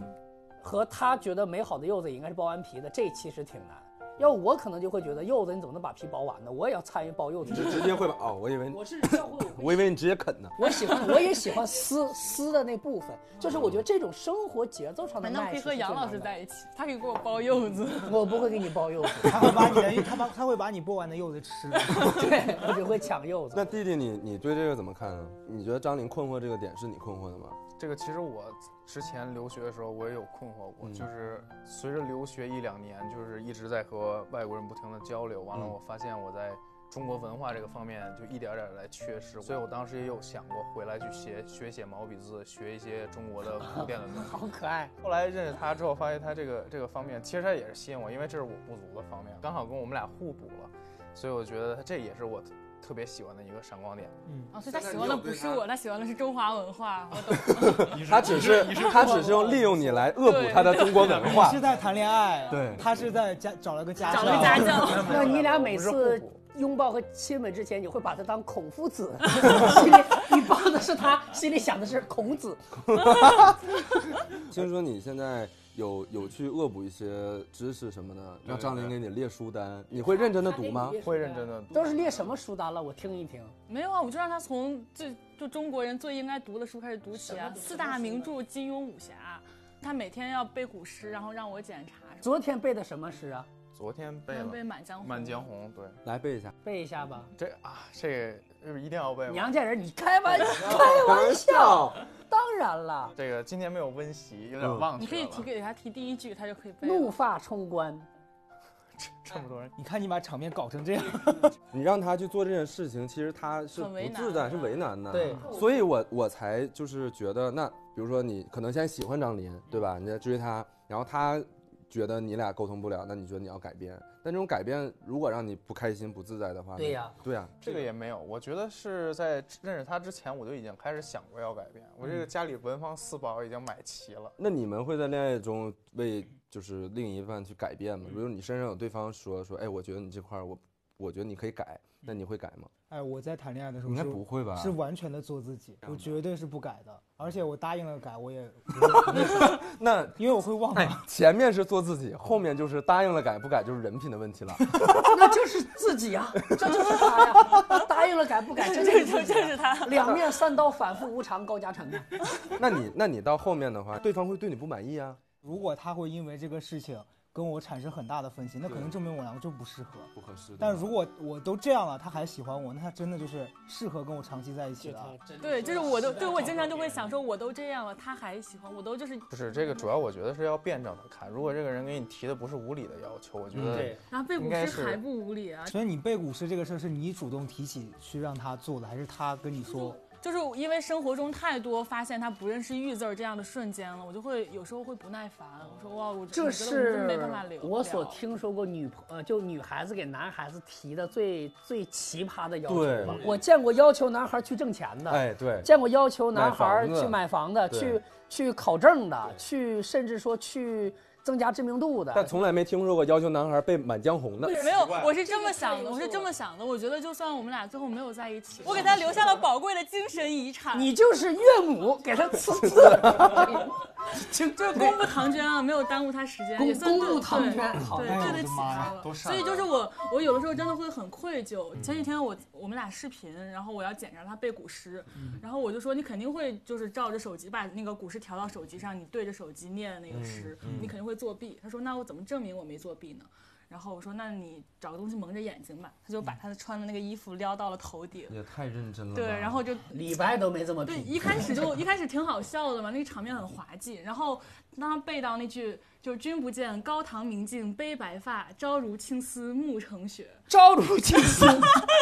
Speaker 1: 和他觉得美好的柚子也应该是剥完皮的，这其实挺难。要我可能就会觉得柚子你怎么能把皮剥完呢？我也要参与剥柚子。
Speaker 3: 直直接会把哦，我以为
Speaker 1: 我是教会我
Speaker 3: 我以为你直接啃呢，
Speaker 1: [LAUGHS] 我喜欢，我也喜欢撕撕的那部分，就是我觉得这种生活节奏上的
Speaker 5: 反正
Speaker 1: 耐
Speaker 5: 可以
Speaker 1: 是
Speaker 5: 和
Speaker 1: 最
Speaker 5: 杨老
Speaker 1: 难
Speaker 5: 师
Speaker 1: 的
Speaker 5: 在一起，他可以给我包柚子。 [LAUGHS]
Speaker 1: 我不会给你包柚子，
Speaker 4: [LAUGHS] 他会把你的他把他会把你剥完的柚子吃
Speaker 3: [LAUGHS]
Speaker 4: 了。
Speaker 1: 对我只会抢柚子。
Speaker 3: 那弟弟你你对这个怎么看啊？你觉得张琳困惑这个点是你困惑的吗？
Speaker 6: [LAUGHS] 这个其实我之前留学的时候我也有困惑过，
Speaker 3: 嗯
Speaker 6: 就是随着留学一两年，就是一直在和外国人不停的交流，完了
Speaker 3: 嗯
Speaker 6: 我发现我在中国文化这个方面就一点点地来缺失，所以我当时也有想过回来去写学写毛笔字，学一些中国的古典的东西。
Speaker 1: 好可爱，
Speaker 6: 后来认识他之后，发现他这个这个方面，其实他也是吸引我，因为这是我不足的方面，刚好跟我们俩互补了，所以我觉得他这也是我特特别喜欢的一个闪光点。
Speaker 5: 啊，所以他喜欢的不是
Speaker 6: 哦
Speaker 5: 我，他喜欢的是中华文化。我懂。
Speaker 3: 他只是他只是用利用你来恶补他的中国文
Speaker 4: 你
Speaker 3: 化
Speaker 4: 是，在谈恋爱，
Speaker 3: [LAUGHS]
Speaker 4: 啊
Speaker 3: 对
Speaker 4: 他是在家找了个家啊
Speaker 5: 找
Speaker 4: 教，
Speaker 5: 了 [LAUGHS] 个家教。
Speaker 1: 那你俩每
Speaker 6: 我们
Speaker 1: 次
Speaker 6: 是互补
Speaker 1: 拥抱和亲吻之前，你会把他当孔夫子， [LAUGHS] 心里你抱的是他，心里想的是孔子。
Speaker 3: 听说你现在有有去恶补一些知识什么的，让张琳给你列书单，你会认真的读吗？
Speaker 6: 会认真的读。
Speaker 1: 都是列什么书单了？我听一听。
Speaker 5: 没有啊，我就让他从最就中国人最应该读的书开始读起啊，四大名著《金庸》《武侠》，他每天要背古诗，然后让我检查什么。
Speaker 1: 昨天背的什么诗啊？
Speaker 6: 昨天背
Speaker 5: 他
Speaker 6: 了
Speaker 5: 背《
Speaker 6: 《
Speaker 5: 满江红》。
Speaker 6: 满江。红》，对，
Speaker 3: 来背一下。
Speaker 1: 背一下吧。
Speaker 6: 这啊，这个一定要背吗？
Speaker 1: 娘家人，你开玩开玩笑，当然了。
Speaker 6: 这个今天没有温习，有点忘
Speaker 5: 你
Speaker 6: 记
Speaker 5: 可
Speaker 6: 了。
Speaker 5: 以提给他提第一句，他就可以背了。
Speaker 1: 怒发冲冠，
Speaker 6: 这么多人，
Speaker 4: 你看你把场面搞成
Speaker 3: [LAUGHS]
Speaker 4: 这样，
Speaker 3: 你让他去做这件事情，其实他是
Speaker 5: 很为
Speaker 3: 不
Speaker 5: 难
Speaker 3: 自在，
Speaker 5: 的嗯
Speaker 3: 是为难的。
Speaker 1: 对，
Speaker 3: 所以我我才就是觉得，那比如说你可能现在喜欢张琳，对吧？你在追她，然后她觉得你俩沟通不了，那你觉得你要改变？但这种改变如果让你不开心、不自在的话，
Speaker 1: 对呀
Speaker 3: 那对呀，
Speaker 6: 这个也没有。我觉得是在认识他之前，我就已经开始想过要改变。我这个家里文房四宝已经买齐了。
Speaker 3: 那你们会在恋爱中为就是另一半去改变吗？比如你身上有对方说说，哎，我觉得你这块儿我我觉得你可以改，那你会改吗？
Speaker 4: 哎，我在谈恋爱的时候
Speaker 3: 应该
Speaker 4: 是
Speaker 3: 不会吧？
Speaker 4: 是完全的做自己，
Speaker 3: 样
Speaker 4: 我
Speaker 3: 吧
Speaker 4: 绝对是不改的，而且我答应了改，
Speaker 3: [LAUGHS]
Speaker 4: 我也
Speaker 3: 那
Speaker 4: 因为我会忘
Speaker 3: 哎
Speaker 4: 嘛。，
Speaker 3: 前面是做自己，后面就是答应了改不改就是人品的问题了。
Speaker 1: [LAUGHS] 那就是自己呀、这就是他呀， [LAUGHS] 答应了改不改，这就是自
Speaker 5: 这啊
Speaker 1: 己
Speaker 5: [LAUGHS] 这是
Speaker 1: 呀、
Speaker 5: 他。
Speaker 1: 两面三刀，反复无常，高家成啊。
Speaker 3: 那你那你到后面的话，对方会对你不满意啊，
Speaker 4: 如果他会因为这个事情跟我产生很大的分歧，那可能证明我俩就不适合。
Speaker 3: 不合适。
Speaker 4: 但如果我都这样了，他还喜欢我，那他真的就是适合跟我长期在一起的。
Speaker 5: 对，就是我都对我经常就会想说，我都这样了，他还喜欢，我都就是
Speaker 6: 不是这个，主要我觉得是要辩证的看。如果这个人给你提的不是无理的要求，我觉得
Speaker 1: 嗯对
Speaker 5: 啊，被
Speaker 6: 应
Speaker 5: 古
Speaker 6: 该
Speaker 5: 诗
Speaker 6: 是
Speaker 5: 还不无理啊。
Speaker 4: 所以你背古诗这个事儿是你主动提起去让他做的，还是他跟你说？
Speaker 5: 就是因为生活中太多发现他不认识“玉”字儿这样的瞬间了，我就会有时候会不耐烦，我说哇，我
Speaker 1: 这
Speaker 5: 我觉得我们真
Speaker 1: 是
Speaker 5: 没办法聊。
Speaker 1: 我所
Speaker 5: 聊
Speaker 1: 听说过女朋呃，就女孩子给男孩子提的最最奇葩的要求
Speaker 3: 对
Speaker 1: 吧。我见过要求男孩去挣钱的，
Speaker 3: 哎，对，
Speaker 1: 见过要求男
Speaker 3: 买房
Speaker 1: 孩
Speaker 3: 子
Speaker 1: 去买房的，
Speaker 3: 对
Speaker 1: 去去考证的，去甚至说去增加知名度的。
Speaker 3: 但从来没听说过要求男孩背《满江红》的。
Speaker 5: 没有，我是这么想的，我是这么想的。我觉得就算我们俩最后没有在一起，我给他留下了宝贵的精神遗产。
Speaker 1: 你就是岳母给他呲刺，
Speaker 5: [LAUGHS] 就是公布唐捐啊，没有耽误他时间，
Speaker 1: 公
Speaker 5: 也算对
Speaker 1: 公布唐捐
Speaker 5: 对
Speaker 1: 好
Speaker 5: 对
Speaker 4: 哎呦
Speaker 5: 对
Speaker 4: 我
Speaker 5: 得
Speaker 4: 的
Speaker 5: 起
Speaker 4: 妈
Speaker 5: 他
Speaker 4: 呀
Speaker 5: 了。所以就是我，我有的时候真的会很愧疚。前几天我我们俩视频，然后我要检查他背古诗，然后我就说你肯定会就是照着手机把那个古诗调到手机上，你对着手机念那个诗，你肯定会作弊。他说那我怎么证明我没作弊呢？然后我说那你找个东西蒙着眼睛吧，他就把他穿的那个衣服撩到了头顶。
Speaker 3: 也太认真了
Speaker 5: 对，然后就
Speaker 1: 李白都没这么
Speaker 5: 对，
Speaker 1: 批。
Speaker 5: 一开始就一开始挺好笑的嘛，那个场面很滑稽。然后当他背到那句就是“君不见高堂明镜悲白发，朝如青丝暮成雪
Speaker 1: 朝如青丝，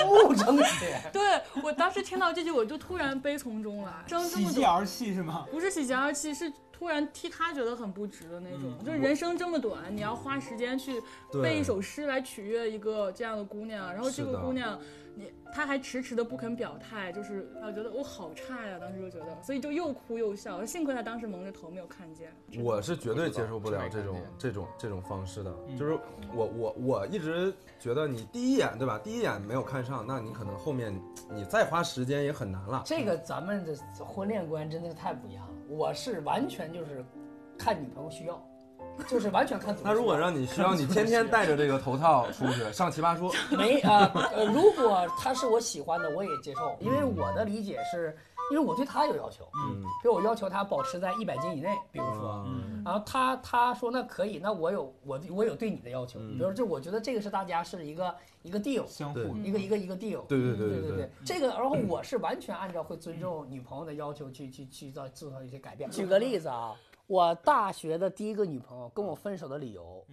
Speaker 1: 暮成雪。”，
Speaker 5: [LAUGHS] 对我当时听到这句，我就突然悲从中来，争这
Speaker 4: 喜
Speaker 5: 么
Speaker 4: 极
Speaker 5: 久，
Speaker 4: 而泣是吗？
Speaker 5: 不是喜极而泣，是突然替他觉得很不值的那种。
Speaker 3: 嗯
Speaker 5: 就是人生这么短，你要花时间去
Speaker 3: 对
Speaker 5: 背一首诗来取悦一个这样的姑娘，然后这
Speaker 3: 是
Speaker 5: 个
Speaker 3: 的
Speaker 5: 姑娘，你她还迟迟的不肯表态，就是我觉得我好差呀，当时就觉得，所以就又哭又笑。幸亏她当时蒙着头没有看见。
Speaker 3: 我是绝对接受不了
Speaker 6: 我知道
Speaker 3: 这种
Speaker 6: 这
Speaker 3: 嗯
Speaker 6: 没看
Speaker 3: 这种这种方式的，就是我我我一直觉得你第一眼对吧，第一眼没有看上，那你可能后面你再花时间也很难了。
Speaker 1: 这个咱们的婚恋观真的是太不一样了。我是完全就是看女朋友需要，就是完全看自己需要。
Speaker 3: [LAUGHS] 那如果让你需要你天天戴着这个头套出去上奇葩 [LAUGHS] 说，
Speaker 1: 没呃呃，如果他是我喜欢的，我也接受，因为我的理解是，因为我对他有要求，
Speaker 3: 嗯，
Speaker 1: 比如我要求他保持在一百斤以内，比如
Speaker 3: 啊
Speaker 1: 说，然后他他说那可以，那我有我我有对你的要求，比如这我觉得这个是大家是一个一个 deal，
Speaker 4: 相
Speaker 3: 对
Speaker 4: 互
Speaker 1: 一个一个一个 deal，
Speaker 3: 对嗯对对
Speaker 1: 对
Speaker 3: 对
Speaker 1: 对对，这个，然后我是完全按照会尊重女朋友的要求去去去造制造一些改变。举个例子啊，我大学的第一个女朋友跟我分手的理由，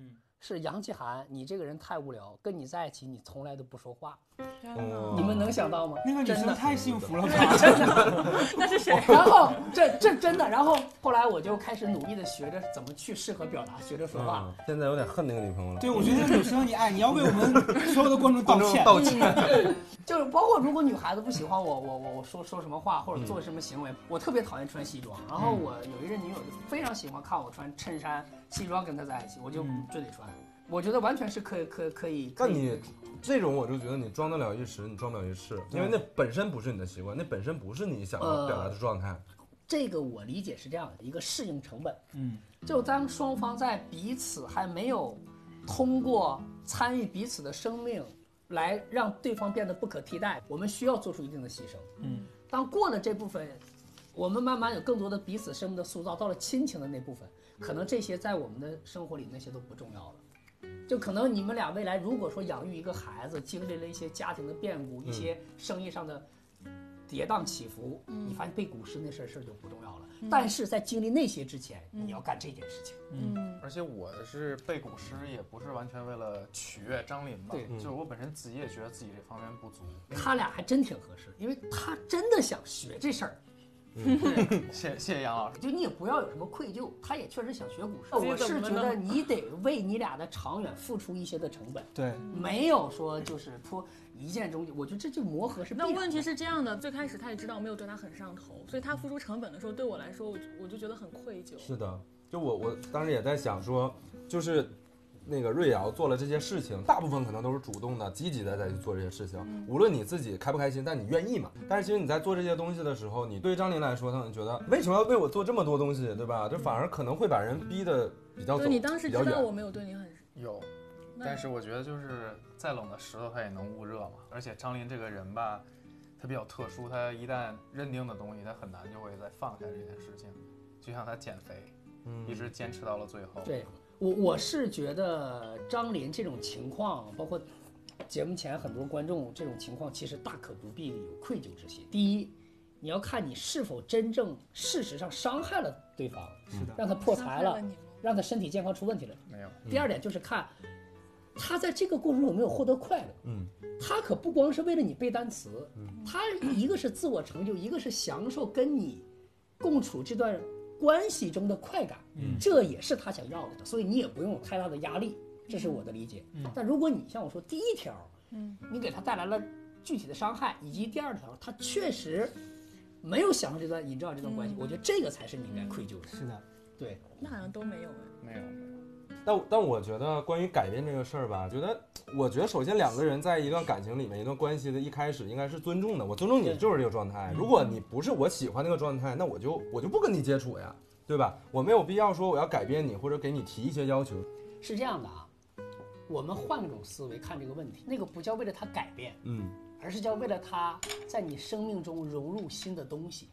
Speaker 1: 是杨奇涵，你这个人太无聊，跟你在一起你从来都不说话，
Speaker 5: 天
Speaker 3: 哦
Speaker 1: 你们能想到吗？
Speaker 4: 那个女
Speaker 1: 真
Speaker 4: 生
Speaker 1: 的。
Speaker 4: 太幸福了
Speaker 3: [LAUGHS]
Speaker 4: 吧？
Speaker 5: 那是谁？
Speaker 1: 然后这这真的，然后后来我就开始努力的学着怎么去适合表达，学着说话
Speaker 3: 啊。，现在有点恨那个女朋友了。
Speaker 4: 对，我觉得这个女生你哎，你要为
Speaker 3: [LAUGHS]
Speaker 4: 我们所有的观众道歉。
Speaker 3: 道歉，嗯
Speaker 1: 就是包括如果女孩子不喜欢我，我我我说说什么话
Speaker 3: 嗯
Speaker 1: 或者做什么行为，我特别讨厌穿西装。然后我有一任女友就非常喜欢看我穿衬衫西装跟她在一起，我就就得穿。我觉得完全是可以可以可以。
Speaker 3: 嗯那
Speaker 1: 可以
Speaker 3: 你这种我就觉得你装得了一时，你装不了一世，因为那本身不是你的习惯，那本身不是你想要表达的状态。
Speaker 1: 这个我理解是这样的一个适应成本，
Speaker 4: 嗯，
Speaker 1: 就当双方在彼此还没有通过参与彼此的生命来让对方变得不可替代，我们需要做出一定的牺牲。
Speaker 4: 嗯，
Speaker 1: 当过了这部分，我们慢慢有更多的彼此生命的塑造，到了亲情的那部分，可能这些在我们的生活里那些都不重要了。就可能你们俩未
Speaker 4: 嗯
Speaker 1: 来如果说养育一个孩子，经历了一些家庭的变故，一些生意上的跌宕起伏，
Speaker 5: 嗯
Speaker 1: 你发现背古诗那事儿事儿就不重要了。但是在经历那些之前，你要干这件事情。
Speaker 5: 嗯
Speaker 6: 而且我是背古诗，也不是完全为了取悦张琳吧
Speaker 1: 对，嗯
Speaker 6: 就是我本身自己也觉得自己这方面不足。
Speaker 1: 他俩还真挺合适，因为他真的想学这事儿，
Speaker 6: 谢谢谢杨老师，
Speaker 1: 就你也不要有什么愧疚，他也确实想学古诗。
Speaker 5: 己
Speaker 1: 我
Speaker 5: 怎
Speaker 1: 是
Speaker 5: 么
Speaker 1: 觉
Speaker 5: 了呢 [LAUGHS]
Speaker 1: 得你得为你俩的长远付出一些的成本，
Speaker 4: 对，
Speaker 5: 嗯
Speaker 1: 没有说就是说一见钟情，我觉得这就磨合是必
Speaker 5: 那
Speaker 1: 然的。
Speaker 5: 问题是这样的，最开始他也知道我没有对他很上头，所以他付出成本的时候，对我来说，我就我就觉得很愧疚。
Speaker 3: 是的，就我我当时也在想说，就是那个瑞瑶做了这些事情，大部分可能都是主动的、积极的在去做这些事情。
Speaker 5: 嗯
Speaker 3: 无论你自己开不开心，但你愿意嘛。但是其实你在做这些东西的时候，你对于张琳来说，她可能觉得为什么要为我做这么多东西，对吧？这反而可能会把人逼得比较走，
Speaker 5: 对你当时
Speaker 3: 比
Speaker 5: 知
Speaker 3: 较
Speaker 5: 道
Speaker 3: 远
Speaker 5: 我没有对你很，
Speaker 6: 有，
Speaker 5: 那
Speaker 6: 但是我觉得就是再冷的石头它也能捂热嘛。而且张琳这个人吧，他比较特殊，他一旦认定的东西，他很难就会再放下这件事情。就像他减肥，
Speaker 3: 嗯
Speaker 6: 一直坚持到了最后。
Speaker 1: 嗯对我，我是觉得张琳这种情况，包括节目前很多观众这种情况，其实大可不必有愧疚之心。第一，你要看你是否真正事实上伤害了对方，
Speaker 4: 是的，嗯
Speaker 1: 让他破
Speaker 5: 伤
Speaker 1: 财
Speaker 5: 害了
Speaker 1: 了
Speaker 5: 你吗，
Speaker 1: 让他身体健康出问题了。
Speaker 6: 没有，
Speaker 1: 第二点就是看他在这个过程中有没有获得快乐。
Speaker 3: 嗯，
Speaker 1: 他可不光是为了你背单词，他一个是自我成就，一个是享受跟你共处这段关系中的快感，这也是他想要的，所以你也不用有太大的压力，这是我的理解。但如果你像我说第一条，
Speaker 5: 嗯，
Speaker 1: 你给他带来了具体的伤害，以及第二条他确实没有享受这段你知道这段关系，我觉得这个才是你应该愧疚的。
Speaker 4: 是的，
Speaker 1: 对，
Speaker 5: 那好像都没有哎。
Speaker 6: 没有，没有。
Speaker 3: 但但我觉得关于改变这个事儿吧，觉得我觉得首先两个人在一段感情里面，一段关系的一开始应该是尊重的。我尊重你
Speaker 1: 对嗯
Speaker 3: 就是这个状态，如果你不是我喜欢那个状态，那我就我就不跟你接触呀，对吧？我没有必要说我要改变你或者给你提一些要求。
Speaker 1: 是这样的啊，我们换种思维看这个问题，那个不叫为了他改变，
Speaker 3: 嗯，
Speaker 1: 而是叫为了他在你生命中融入新的东西。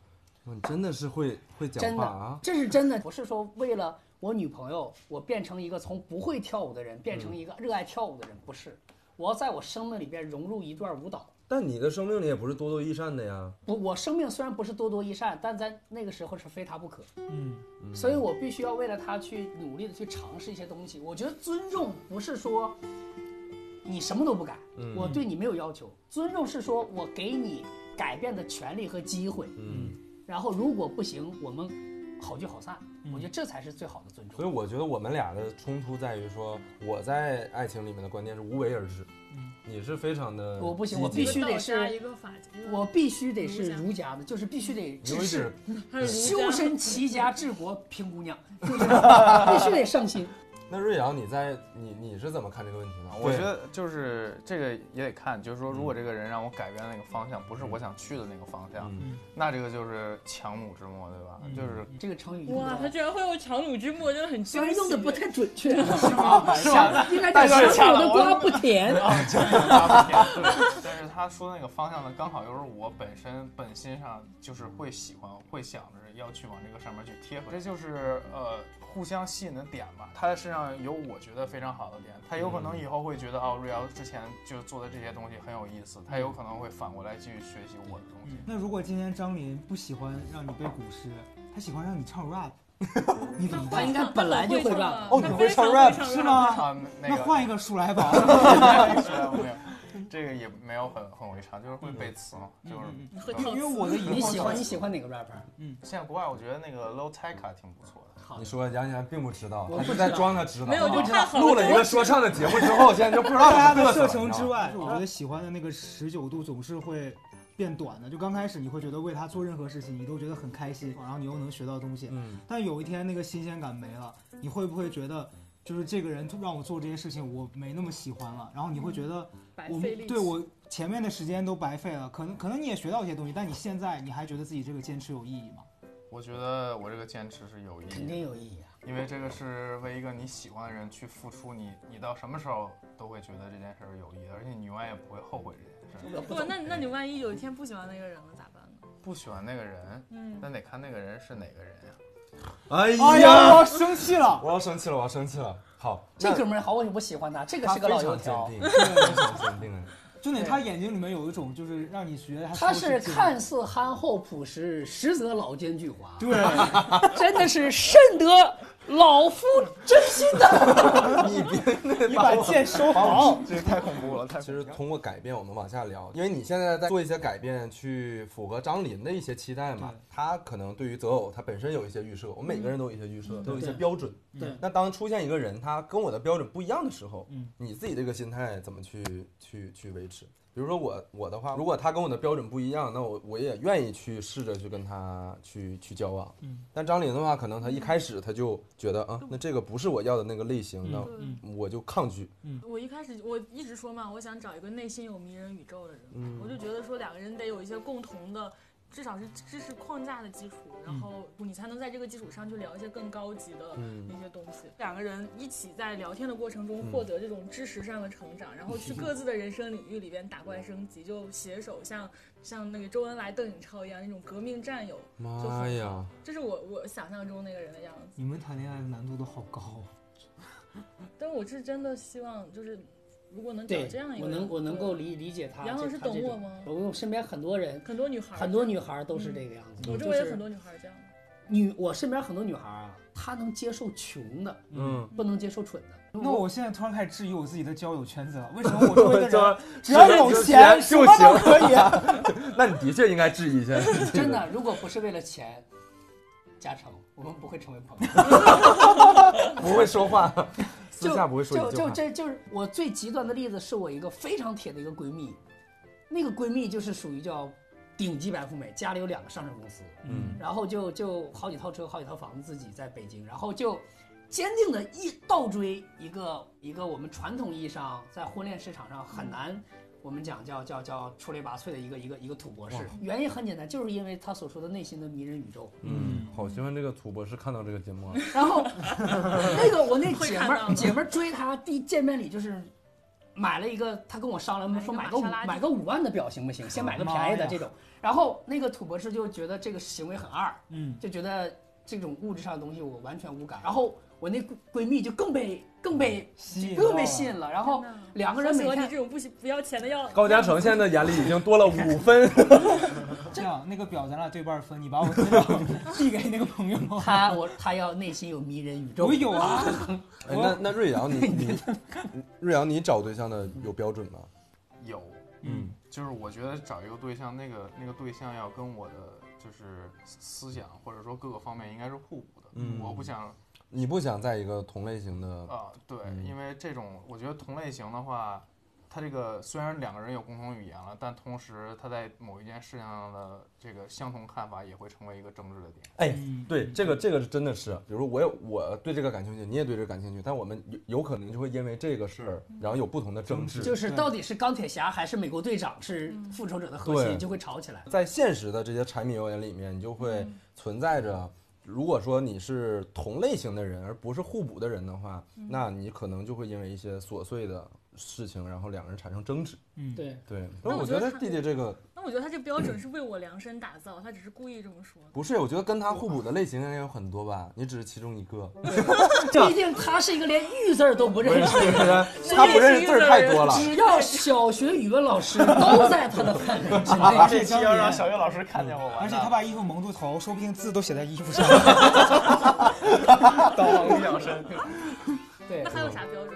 Speaker 3: 哇你真的是会会讲
Speaker 1: 真
Speaker 3: 话
Speaker 1: 的
Speaker 3: 啊，，
Speaker 1: 这是真的，不是说为了我女朋友，我变成一个从不会跳舞的人变
Speaker 3: 嗯
Speaker 1: 成一个热爱跳舞的人，不是。我要在我生命里边融入一段舞蹈。
Speaker 3: 但你的生命里也不是多多益善的呀。
Speaker 1: 我我生命虽然不是多多益善，但在那个时候是非他不可，
Speaker 4: 嗯，
Speaker 1: 所以我必须要为了他去努力的去尝试一些东西。我觉得尊重不是说你什么都不改，
Speaker 3: 嗯
Speaker 1: 我对你没有要求，尊重是说我给你改变的权利和机会，
Speaker 3: 嗯，
Speaker 1: 然后如果不行，我们好聚好散。我觉得这才是最好的尊重。
Speaker 3: 所以我觉得我们俩的冲突在于说，我在爱情里面的观念是无为而治，你是非常的
Speaker 1: 嗯我不行我
Speaker 3: 积极
Speaker 1: 必须得是
Speaker 5: 一个道家一个法家，
Speaker 1: 我必须得是儒家的，就是必须得
Speaker 3: 有
Speaker 1: 治
Speaker 3: 一
Speaker 1: 世
Speaker 3: 点，
Speaker 5: 他是儒
Speaker 1: 修
Speaker 5: 家
Speaker 1: 身齐家治国平姑
Speaker 5: [LAUGHS]
Speaker 1: 娘，就是必须得上心。
Speaker 3: 那瑞瑶，你在你你是怎么看这个问题呢？
Speaker 6: 我觉得就是这个也得看，就是说，如果这个人让我改变那个方向，不是我想去的那个方向，
Speaker 3: 嗯
Speaker 6: 那这个就是强弩之末，对吧？
Speaker 4: 嗯
Speaker 6: 就是
Speaker 1: 这个成语用
Speaker 5: 哇，他
Speaker 1: 的，
Speaker 5: 居然会用强弩之末，真的很
Speaker 1: 虽然
Speaker 5: 惊
Speaker 1: 用的
Speaker 5: 喜。
Speaker 1: 不太准确，
Speaker 6: 是吧？
Speaker 1: 应该
Speaker 6: 但
Speaker 1: 叫
Speaker 6: 是
Speaker 1: 小我的瓜不
Speaker 6: [LAUGHS]
Speaker 1: 甜。
Speaker 6: 啊对但是他说那个方向呢，刚好又是我本身本心上就是会喜欢，会想着要去往这个上面去贴合，这就是呃互相吸引的点吧。他身上有我觉得非常好的点，他有可能以后会觉得哦，瑞瑶之前就做的这些东西很有意思，他有可能会反过来继续学习我的东西。
Speaker 4: 那如果今天张琳不喜欢让你背古诗，她喜欢让你唱 rap，你怎么
Speaker 1: 他
Speaker 4: 办
Speaker 1: 应？该本来就会
Speaker 5: 唱
Speaker 1: 让。
Speaker 3: 哦
Speaker 5: 他
Speaker 3: 你
Speaker 5: 非
Speaker 3: 会
Speaker 5: 常
Speaker 3: 唱 rap，
Speaker 5: 会唱
Speaker 4: 是吗？
Speaker 6: 啊，那
Speaker 4: 那
Speaker 6: 个
Speaker 4: 换一个鼠
Speaker 3: [LAUGHS]
Speaker 4: 来宝，
Speaker 6: 没有， [LAUGHS] 这个也没有很很会唱，就是会背
Speaker 1: 嗯
Speaker 6: 词嘛，就是
Speaker 5: 会
Speaker 4: 嗯因
Speaker 5: 唱
Speaker 4: 为我的以后
Speaker 1: 你喜欢你喜欢哪个 rapper？
Speaker 6: 现在国外我觉得那个 Low Tech 挺不错的。
Speaker 1: 好
Speaker 3: 嗯你，说杨洋并不知道，
Speaker 1: 我
Speaker 3: 他
Speaker 1: 不
Speaker 3: 是
Speaker 1: 知
Speaker 3: 在
Speaker 1: 道
Speaker 3: 装他知道。啊
Speaker 5: 没有就看好
Speaker 3: 录了一个说唱的节目之后，现在就不知道
Speaker 4: 大家
Speaker 3: 怎么
Speaker 4: 的
Speaker 3: 嘚瑟
Speaker 4: 射
Speaker 3: 了
Speaker 4: 程之。
Speaker 3: 你知道吗嗯
Speaker 4: 外，啊我觉得喜欢的那个持久度总是会变短的。就刚开始你会觉得为他做任何事情你都觉得很开心，然后你又能学到东西，
Speaker 3: 嗯，
Speaker 4: 但有一天那个新鲜感没了，你会不会觉得？就是这个人让我做这些事情，我没那么喜欢了，然后你会觉得
Speaker 5: 嗯白
Speaker 4: 我
Speaker 5: 费力气。
Speaker 4: 对我前面的时间都白费了，可能可能你也学到一些东西，但你现在你还觉得自己这个坚持有意义吗？
Speaker 6: 我觉得我这个坚持是有意
Speaker 1: 肯
Speaker 6: 义
Speaker 1: 定
Speaker 6: 的，
Speaker 1: 有意义啊。
Speaker 6: 因为这个是为一个你喜欢的人去付出你，你到什么时候都会觉得这件事儿有意义，而且你永远也不会后悔这件事儿。
Speaker 5: 不，那那你万一有一天不喜欢那个人了咋办呢？
Speaker 6: 不喜欢那个人，
Speaker 5: 嗯，
Speaker 6: 那得看那个人是哪个人呀、
Speaker 3: 哎
Speaker 4: 哎呀，我要生气了！
Speaker 3: 我要生气了，我要生气了。好，
Speaker 1: 这
Speaker 3: 那
Speaker 1: 哥们儿好，我我喜欢他，这个
Speaker 3: 他
Speaker 1: 是个
Speaker 3: 非
Speaker 1: [LAUGHS] 老
Speaker 3: 常
Speaker 1: 油
Speaker 3: 坚
Speaker 1: 条。
Speaker 3: 定，非常坚定。
Speaker 4: 重点他眼睛里面有一种就是让你学，
Speaker 1: 他是看似憨厚朴实，实则老奸巨猾。
Speaker 4: 对，
Speaker 1: 真的是甚得老夫真心的。
Speaker 3: 你别，
Speaker 4: 你把剑收好。
Speaker 6: 这太恐怖了，太
Speaker 3: 其实通过改变，我们往下聊，因为你现在在做一些改变，去符合张琳的一些期待嘛。他可能对于择偶，他本身有一些预设，我们每个人都有一些预设，都有一些标准。
Speaker 1: 嗯对，
Speaker 3: 那当出现一个人，他跟我的标准不一样的时候，
Speaker 4: 嗯
Speaker 3: 你自己这个心态怎么去去去维持？比如说我我的话，如果他跟我的标准不一样，那我我也愿意去试着去跟他去去交往。嗯，但张琳的话，可能他一开始他就觉得
Speaker 4: 嗯
Speaker 3: 啊，那这个不是我要的那个类型，那
Speaker 5: 嗯
Speaker 3: 我就抗拒。
Speaker 5: 我一开始我一直说嘛，我想找一个内心有迷人宇宙的人，
Speaker 4: 嗯
Speaker 3: 嗯
Speaker 5: 我就觉得说两个人得有一些共同的，至少是知识框架的基础，然后你才能在这个基础上去聊一些更高级的
Speaker 3: 嗯
Speaker 5: 一些东西。两个人一起在聊天的过程中
Speaker 1: 嗯
Speaker 5: 获得这种知识上的成长，然后去各自的人生领域里边打怪
Speaker 1: 嗯
Speaker 5: 升级，就携手像像那个周恩来、邓颖超一样那种革命战友，
Speaker 3: 妈呀！
Speaker 5: 这是我我想象中那个人的样子。
Speaker 1: 嗯
Speaker 4: 你们谈恋爱的难度都好高啊，
Speaker 5: 但我是真的希望，就是如果能找
Speaker 1: 对
Speaker 5: 这样，一个
Speaker 1: 我
Speaker 5: 人，
Speaker 1: 能我能够理理解他。
Speaker 5: 杨老师
Speaker 1: 这他这
Speaker 5: 懂我
Speaker 1: 种
Speaker 5: 吗
Speaker 1: 我身边很多人，
Speaker 5: 很多女孩儿，
Speaker 1: 很多女孩都是这个样子。
Speaker 5: 嗯
Speaker 1: 嗯
Speaker 5: 我周
Speaker 1: 就
Speaker 5: 围
Speaker 1: 是
Speaker 5: 有很多女孩儿这样。
Speaker 1: 女，我身边很多女孩啊，她能接受穷的，
Speaker 3: [LAUGHS] 嗯，
Speaker 1: 不能接受蠢的。
Speaker 4: 那我现在突然开始质疑我自己的交友圈子了。为什么
Speaker 3: [LAUGHS]
Speaker 4: 我周围的人只要有钱什么都可以？
Speaker 3: [LAUGHS] 那你的确应该质
Speaker 4: [LAUGHS]
Speaker 3: 疑一下。
Speaker 1: [LAUGHS] 真的，如果不是为了钱，嘉诚，我们不会成为朋友。 [LAUGHS]
Speaker 3: 不会说话，私
Speaker 1: 就
Speaker 3: 下不会说
Speaker 1: 就
Speaker 3: 一句话
Speaker 1: 就。这就是我最极端的例子，是我一个非常铁的一个闺蜜，那个闺蜜就是属于叫顶级白富美，家里有两个上市公司，
Speaker 3: 嗯，
Speaker 1: 然后就就好几套车，好几套房子，自己在北京，然后就坚定的一倒追一个一个我们传统意义上在婚恋市场上很
Speaker 5: 嗯
Speaker 1: 难。我们讲叫叫叫出类拔萃的一个一个一个土博士
Speaker 3: 哇，
Speaker 1: 原因很简单，就是因为他所说的内心的迷人宇宙。
Speaker 3: 嗯，好希望这个土博士看到这个节目啊。
Speaker 1: 然
Speaker 5: [LAUGHS]
Speaker 1: 后那个我那姐们
Speaker 5: 会看到
Speaker 1: 儿
Speaker 5: 吗
Speaker 1: 姐们儿追他第一见面礼就是买了一个，他跟我商量说买
Speaker 5: 买一
Speaker 1: 个
Speaker 5: 个
Speaker 1: 五
Speaker 5: 玛莎拉蒂
Speaker 1: 买个五万的表行不行？先买个便宜的这种。然后那个土博士就觉得这个行为很二，
Speaker 4: 嗯，
Speaker 1: 就觉得这种物质上的东西我完全无感。然后我那闺闺蜜就更被更被
Speaker 3: 嗯
Speaker 4: 吸引
Speaker 1: 更被
Speaker 4: 了
Speaker 1: 吸引了，然后
Speaker 5: 天哪
Speaker 1: 两个人每
Speaker 5: 好喜欢
Speaker 1: 天
Speaker 5: 你这种不喜不要钱的要
Speaker 3: 高嘉诚现在眼里已经多了五分。
Speaker 4: 这样那个表咱俩对半分，你把我资料递给那个朋友。
Speaker 1: 他我他要内心有迷人宇宙。
Speaker 4: 我 [LAUGHS] 有啊，
Speaker 3: 哎那那瑞阳，你你瑞阳，你找对象的有标准吗？
Speaker 6: 有，
Speaker 3: 嗯，
Speaker 6: 就是我觉得找一个对象，那个那个对象要跟我的就是思想或者说各个方面应该是互补的。
Speaker 3: 嗯
Speaker 6: 我不想
Speaker 3: 你不想在一个同类型的，
Speaker 6: 啊，对，
Speaker 3: 嗯
Speaker 6: 因为这种我觉得同类型的话，他这个虽然两个人有共同语言了，但同时他在某一件事情上的这个相同看法也会成为一个争执的点。
Speaker 3: 哎，
Speaker 4: 嗯
Speaker 3: 对，这个这个是真的是，比如说我有我对这个感兴趣，你也对这个感兴趣，但我们有有可能就会因为这个事儿，然后有不同的争执。
Speaker 1: 就是到底是钢铁侠还是美国队长是复仇者的核
Speaker 3: 对
Speaker 1: 心，就会吵起来。
Speaker 3: 在现实的这些柴米油盐里面，你就会存在着，如果说你是同类型的人，而不是互补的人的话，那你可能就会因为一些琐碎的事情，然后两个人产生争执。
Speaker 1: 对，
Speaker 3: 对，
Speaker 5: 那
Speaker 3: 但
Speaker 5: 我
Speaker 3: 我
Speaker 5: 觉
Speaker 3: 觉
Speaker 5: 得
Speaker 3: 得
Speaker 5: 他
Speaker 3: 弟弟这个
Speaker 5: 那我觉得他这标准是为我量身打造，他只是故意这么说的。
Speaker 3: 不是，我觉得跟他互补的类型应该有很多吧，你只是其中一个。
Speaker 1: 毕竟他是一个连玉字儿都不
Speaker 3: [LAUGHS]
Speaker 1: 认识的人。
Speaker 3: 他不认识字儿太多了。
Speaker 1: 只要小学语文老师都在他的范围之
Speaker 3: 啊
Speaker 1: 内。
Speaker 4: 啊这张脸，
Speaker 6: 岳老师看见我
Speaker 4: 而且他把衣服蒙住头，说不定字都写在衣服 [LAUGHS] 上。
Speaker 6: 刀锋两身。
Speaker 1: 对
Speaker 5: 那，还有啥标准？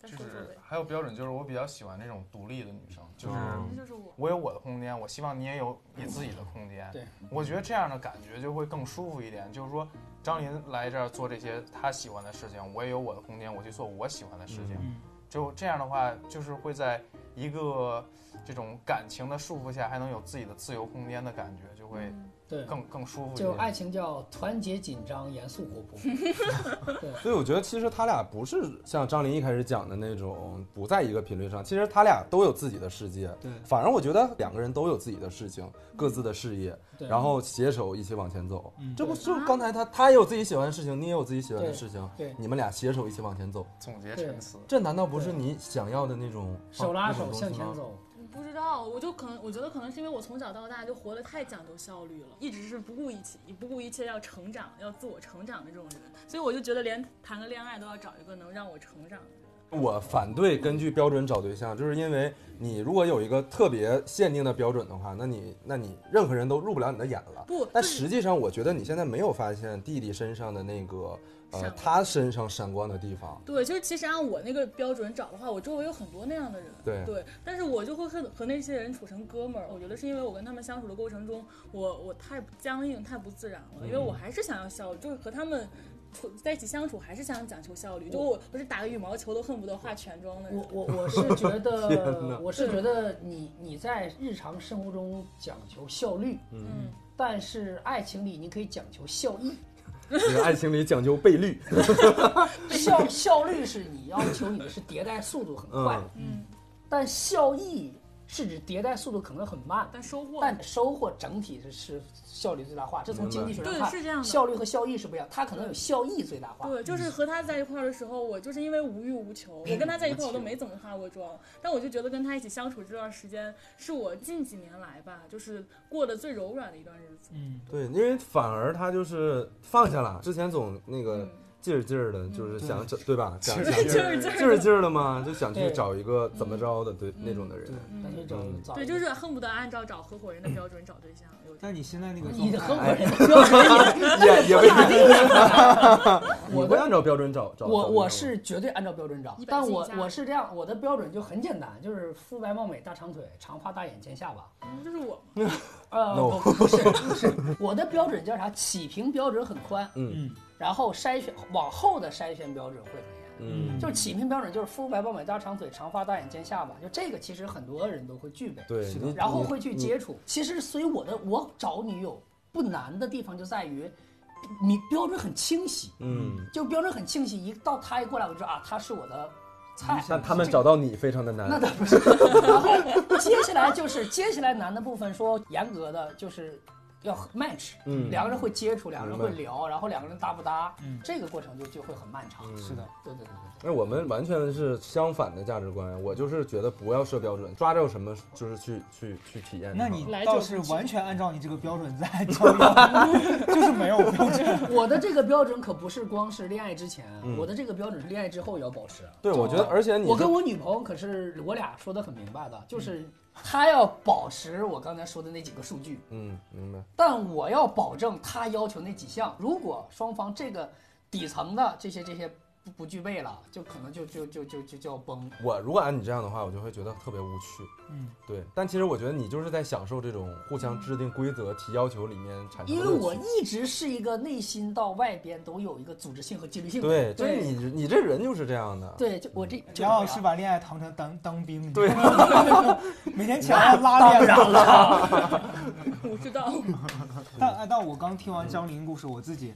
Speaker 5: 再
Speaker 6: 就
Speaker 5: 说说
Speaker 6: 是
Speaker 5: 呗。
Speaker 6: 还有标准，就是我比较喜欢那种独立的女生，就是
Speaker 4: 哦
Speaker 5: 那就是我。
Speaker 6: 我有我的空间，我希望你也有你自己的空间。
Speaker 1: 对，
Speaker 6: 我觉得这样的感觉就会更舒服一点。就是说，张琳来这儿做这些她喜欢的事情，我也有我的空间，我去做我喜欢的事情。
Speaker 1: 嗯
Speaker 6: 就这样的话，就是会在一个这种感情的束缚下，还能有自己的自由空间的感觉，就会
Speaker 5: 嗯
Speaker 1: 对，
Speaker 6: 更更舒服一
Speaker 1: 嗯就
Speaker 6: 点。
Speaker 1: 爱情叫团结、紧张、严肃、活
Speaker 3: [LAUGHS]
Speaker 1: 泼。
Speaker 3: 所以我觉得其实他俩不是像张琳一开始讲的那种不在一个频率上，其实他俩都有自己的世界。
Speaker 4: 对
Speaker 3: 反而我觉得两个人都有自己的事情，各自的事业，
Speaker 1: 对
Speaker 3: 然后携手一起往前走。
Speaker 4: 嗯
Speaker 3: 这不就刚才他他也有自己喜欢的事情，你也有自己喜欢的事情，
Speaker 1: 对对
Speaker 3: 你们俩携手一起往前走，
Speaker 6: 总结
Speaker 1: 对
Speaker 6: 陈词，
Speaker 3: 这难道不是你想要的那种哦
Speaker 1: 手拉
Speaker 3: 那
Speaker 1: 手
Speaker 3: 种
Speaker 1: 向
Speaker 3: 东西吗
Speaker 1: 前走，
Speaker 5: 我嗯不知道，我就可能我觉得可能是因为我从小到大就活得太讲究效率了，一直是不顾一切不顾一切要成长、要自我成长的这种人，所以我就觉得连谈个恋爱都要找一个能让我成长的人。
Speaker 3: 我反对根据标准找对象，就是因为你如果有一个特别限定的标准的话，那你那你任何人都入不了你的眼了。
Speaker 5: 不
Speaker 3: 但
Speaker 5: 就是
Speaker 3: 实际上我觉得你现在没有发现弟弟身上的那个呃
Speaker 5: 闪光
Speaker 3: 他身上闪光的地方。
Speaker 5: 对，就是其实按我那个标准找的话，我周围有很多那样的人。
Speaker 3: 对
Speaker 5: 但是我就会和和那些人处成哥们儿。我觉得是因为我跟他们相处的过程中，我我太僵硬、太不自然了，因为我还是想要效率，就是和他们处在一起相处，还是想讲求效率。就我不是打个羽毛球都恨不得化全妆的人
Speaker 1: 我。我我是觉
Speaker 3: 天哪
Speaker 1: 得，我是觉得你你在日常生活中讲求效率，
Speaker 5: 嗯，
Speaker 1: 但是爱情里你可以讲求效益。
Speaker 3: 这个爱情里讲究倍率，
Speaker 1: 效效率是你要求你是迭代速度很快，
Speaker 5: 嗯，
Speaker 1: 但效益是指迭代速度可能很慢，
Speaker 5: 但收获
Speaker 1: 但收获整体是是效率最大化。这从经济学上
Speaker 5: 对
Speaker 1: 看，
Speaker 5: 是这样的
Speaker 1: 效率和效益是不一样，它可能有效益最大化。
Speaker 5: 对，就是和他在一块儿的时候，我就是因为无欲无求，我跟他在一块儿我都没怎么化过妆，但我就觉得跟他一起相处这段时间，是我近几年来吧，就是过得最柔软的一段日子。
Speaker 4: 嗯，
Speaker 3: 对，因为反而他就是放下了，之前总那个
Speaker 5: 嗯
Speaker 3: 劲儿劲儿的，就是想找对吧？想想
Speaker 5: 对，
Speaker 3: 劲
Speaker 5: [LAUGHS] 就
Speaker 3: 儿
Speaker 5: 是这
Speaker 3: 劲
Speaker 5: 样
Speaker 3: 儿
Speaker 5: 的。
Speaker 3: 劲儿了嘛，就想去
Speaker 1: 对
Speaker 3: 找一个怎么着的对
Speaker 5: 嗯
Speaker 3: 那种的人。
Speaker 1: 但是找找
Speaker 5: 对，就是恨不得按照找合伙人的标准找对象。有
Speaker 4: 但你现在那个
Speaker 1: 你的合
Speaker 4: 状
Speaker 1: 伙
Speaker 4: 态
Speaker 1: 人的标准也，
Speaker 3: 也也未必，
Speaker 1: 我
Speaker 3: [LAUGHS] 你会
Speaker 1: 的
Speaker 3: 按照标准找找。
Speaker 1: 我
Speaker 3: 找
Speaker 1: 我
Speaker 3: 对象吗
Speaker 1: 是绝对按照标准找
Speaker 5: 100，
Speaker 1: 但
Speaker 5: 斤以
Speaker 1: 我
Speaker 5: 下
Speaker 1: 我是这样，我的标准就很简单，就是肤白貌美、大长腿、长发大眼、尖下巴。
Speaker 5: 嗯就是我，
Speaker 1: 呃
Speaker 3: No
Speaker 1: 不不是不是，我的标准叫啥？起评标准很宽，
Speaker 3: 嗯
Speaker 4: 嗯
Speaker 1: 然后筛选往后的筛选标准会很严。
Speaker 3: 嗯，
Speaker 1: 就是起评标准就是肤白貌美、大长腿、长发大眼、尖下巴，就这个其实很多人都会具备，
Speaker 3: 对，你
Speaker 1: 然后
Speaker 3: 你
Speaker 1: 会去接触。其实，所以我的我找女友不难的地方就在于，你标准很清晰，
Speaker 3: 嗯，
Speaker 1: 就标准很清晰，一到他一过来我就知道啊，他是我的菜。
Speaker 3: 但嗯他们找到你非常的难。
Speaker 1: 那倒不是。然后接下来就是接下来男的部分，说严格的就是要 match，
Speaker 3: 嗯
Speaker 1: 两个人会接触，两个人会
Speaker 3: 明白
Speaker 1: 聊，然后两个人搭不搭，
Speaker 4: 嗯
Speaker 1: 这个过程就就会很漫长。
Speaker 4: 是的，
Speaker 1: 对对对对
Speaker 3: 嗯那我们完全是相反的价值观，我就是觉得不要设标准，抓着什么就是去去去体验它。
Speaker 4: 那你
Speaker 5: 来
Speaker 4: 倒
Speaker 5: 就是是
Speaker 4: 完全按照你这个标准在交友， [LAUGHS] 就是没有标准。
Speaker 1: 对，我的这个标准可不是光是恋爱之前，
Speaker 3: 嗯
Speaker 1: 我的这个标准是恋爱之后也要保持。
Speaker 3: 对我觉得，而且你嗯
Speaker 1: 我
Speaker 3: 是
Speaker 1: 跟我女朋友可是我俩说的很明白的，就是她要保持我刚才说的那几个数据，
Speaker 3: 嗯明白，
Speaker 1: 但我要保证他要求那几项，如果双方这个底层的这些这些不不具备了，就可能就就就就就就要崩。
Speaker 3: 我如果按你这样的话，我就会觉得特别无趣。
Speaker 4: 嗯，
Speaker 3: 对，但其实我觉得你就是在享受这种互相制定规则、提要求里面产生
Speaker 1: 因
Speaker 3: 的
Speaker 1: 为
Speaker 3: 乐趣。
Speaker 1: 我一直是一个内心到外边都有一个组织性和纪律性的人。
Speaker 3: 对，就是你你这人就是这样的。
Speaker 1: 对，就我这就
Speaker 4: 杨老师
Speaker 1: 这样
Speaker 4: 把恋爱当成当当兵，你
Speaker 3: 对
Speaker 4: 知道吗 [LAUGHS] 每天起来拉
Speaker 1: 当
Speaker 4: 练。
Speaker 1: 然了，
Speaker 5: [LAUGHS] 我知道，
Speaker 4: [LAUGHS] 但哎但我刚听完张琳故事，我自己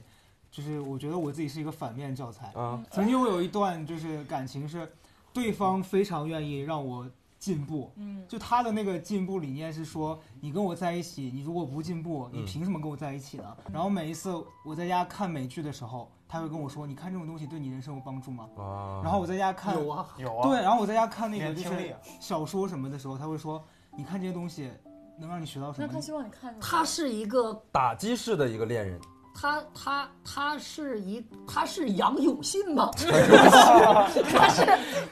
Speaker 4: 就是我觉得我自己是一个反面教
Speaker 5: 嗯
Speaker 4: 材。
Speaker 3: 啊，
Speaker 4: 曾经我有一段就是感情是，对方非常愿意让我进步，
Speaker 5: 嗯，
Speaker 4: 就他的那个进步理念是说，你跟我在一起，你如果不进步，
Speaker 3: 嗯
Speaker 4: 你凭什么跟我在一起
Speaker 5: 嗯
Speaker 4: 呢？然后每一次我在家看美剧的时候，他会跟我说，你看这种东西对你人生有帮助
Speaker 1: 嗯
Speaker 4: 吗？
Speaker 3: 啊，
Speaker 4: 然后我在家看，
Speaker 1: 有啊，
Speaker 6: 有啊，
Speaker 4: 对，然后我在家看那个
Speaker 6: 练
Speaker 4: 就
Speaker 6: 听力
Speaker 4: 是
Speaker 6: 啊，
Speaker 4: 小说什么的时候，他会说，你看这些东西能让你学到什
Speaker 5: 那
Speaker 4: 么？
Speaker 5: 他希望你看什么？
Speaker 1: 他是一个
Speaker 3: 打击式的一个恋人，
Speaker 1: 他他他是一他是杨永信
Speaker 4: [LAUGHS]
Speaker 1: 吗？他是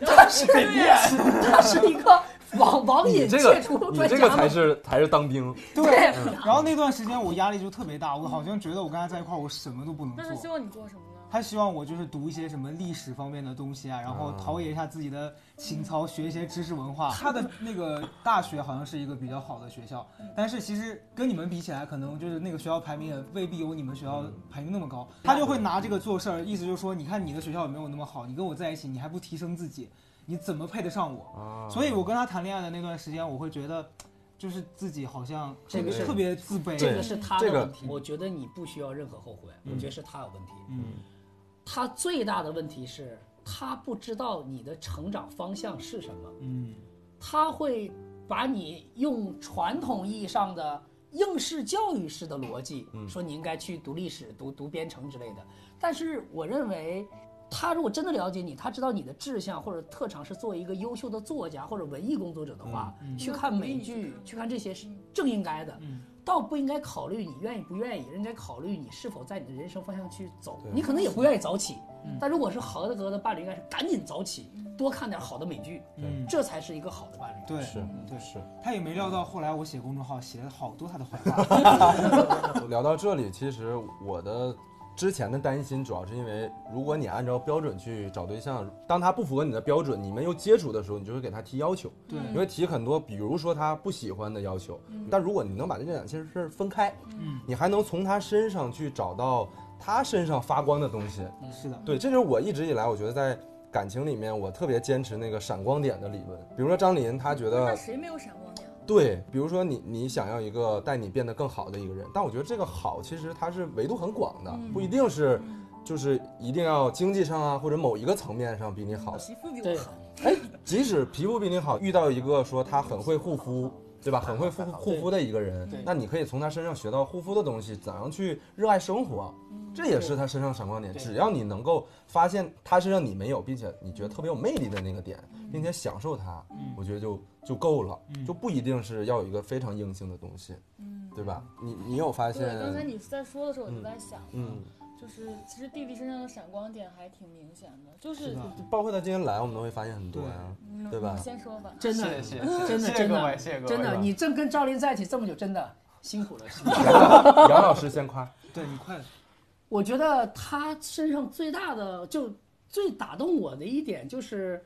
Speaker 1: 他是他是一个网网
Speaker 3: 你
Speaker 1: 瘾
Speaker 3: 这个
Speaker 1: 戒除
Speaker 3: 你
Speaker 1: 专
Speaker 3: 这个
Speaker 1: 家吗
Speaker 3: 才？是才是当兵。
Speaker 4: 对。
Speaker 5: [LAUGHS]
Speaker 4: 然后那段时间我压力就特别大，我好像觉得我跟他在一块儿我什么都不能
Speaker 5: 那他希
Speaker 4: 做。
Speaker 5: 望你做什么呢？
Speaker 4: 他希望我就是读一些什么历史方面的东西啊，然后
Speaker 3: 啊
Speaker 4: 陶冶一下自己的情操，学一些知识文化。他的那个大学好像是一个比较好的学校，但是其实跟你们比起来，可能就是那个学校排名也未必有你们学校排名那么高。他就会拿这个做事儿，意思就是说，你看你的学校也没有那么好，你跟我在一起，你还不提升自己，你怎么配得上我？
Speaker 3: 啊，
Speaker 4: 所以我跟他谈恋爱的那段时间，我会觉得，就是自己好像特别
Speaker 1: 这个是
Speaker 4: 特别自卑。
Speaker 1: 这个是他
Speaker 3: 这
Speaker 1: 的
Speaker 3: 个
Speaker 1: 问题，我觉得你不需要任何后悔，我觉得是他有问题。
Speaker 4: 嗯，
Speaker 1: 他最大的问题是，他不知道你的成长方向是什么，
Speaker 4: 嗯，
Speaker 1: 他会把你用传统意义上的应试教育式的逻辑，说你应该去读历史、读读编程之类的。但是我认为。他如果真的了解你，他知道你的志向或者特长是作为一个优秀的作家或者文艺工作者的话，去看美剧、去看这些是正应该的。倒不应该考虑你愿意不愿意，人该考虑你是否在你的人生方向去走。你可能也不愿意早起，但如果是合格的伴侣，应该是赶紧早起，多看点好的美剧，
Speaker 4: 嗯
Speaker 1: 这才是一个好的伴侣。
Speaker 4: 对，
Speaker 3: 是
Speaker 4: 对，
Speaker 3: 是。
Speaker 4: 他也没料到后来我写公众号写了好多他的坏话，
Speaker 3: 聊到这里，其实我的之前的担心主要是因为，如果你按照标准去找对象，当他不符合你的标准，你们又接触的时候，你就会给他提要求，
Speaker 4: 对
Speaker 5: 嗯
Speaker 3: 你会提很多，比如说他不喜欢的要求。但如果你能把这两件事儿分开，
Speaker 4: 嗯，
Speaker 3: 你还能从他身上去找到他身上发光的东西。
Speaker 4: 是的，
Speaker 3: 对，这就是我一直以来我觉得在感情里面，我特别坚持那个闪光点的理论。比如说张琳，她觉得
Speaker 7: 那谁没有闪光点？
Speaker 3: 对，比如说你你想要一个带你变得更好的一个人，但我觉得这个好其实它是维度很广的，不一定是就是一定要经济上啊或者某一个层面上比你好。
Speaker 7: 皮肤比
Speaker 1: 对
Speaker 7: 我好，
Speaker 3: 即使皮肤比你好，遇到一个说他很会护肤，对吧？很会护护肤的一个人，那你可以从他身上学到护肤的东西，怎样去热爱生活，这也是他身上闪光点。只要你能够发现他身上你没有，并且你觉得特别有魅力的那个点，并且享受它，我觉得就就够了，就不一定是要有一个非常硬性的东西，对吧？你你有发
Speaker 5: 嗯对，
Speaker 3: 现？
Speaker 5: 刚才你在说的时候，我就在想，
Speaker 3: 嗯，
Speaker 5: 就是其实弟弟身上的闪光点还挺明显的，就是
Speaker 4: 是的
Speaker 3: 包括他今天来，我们都会发现很多啊呀、
Speaker 5: 嗯
Speaker 3: 对吧
Speaker 5: 你先说吧，
Speaker 1: 真
Speaker 6: 谢哎
Speaker 1: 的，
Speaker 6: 谢，
Speaker 1: 嗯真的，
Speaker 6: 谢谢
Speaker 1: 真
Speaker 6: 各位，
Speaker 1: 的，
Speaker 6: 谢谢各位，
Speaker 1: 真的，你正跟赵琳在一起这么久，真的辛苦了，辛苦
Speaker 3: [LAUGHS]
Speaker 1: 了。
Speaker 3: 杨老师先夸，
Speaker 4: 对你快，
Speaker 1: 我觉得他身上最大的就最打动我的一点就是，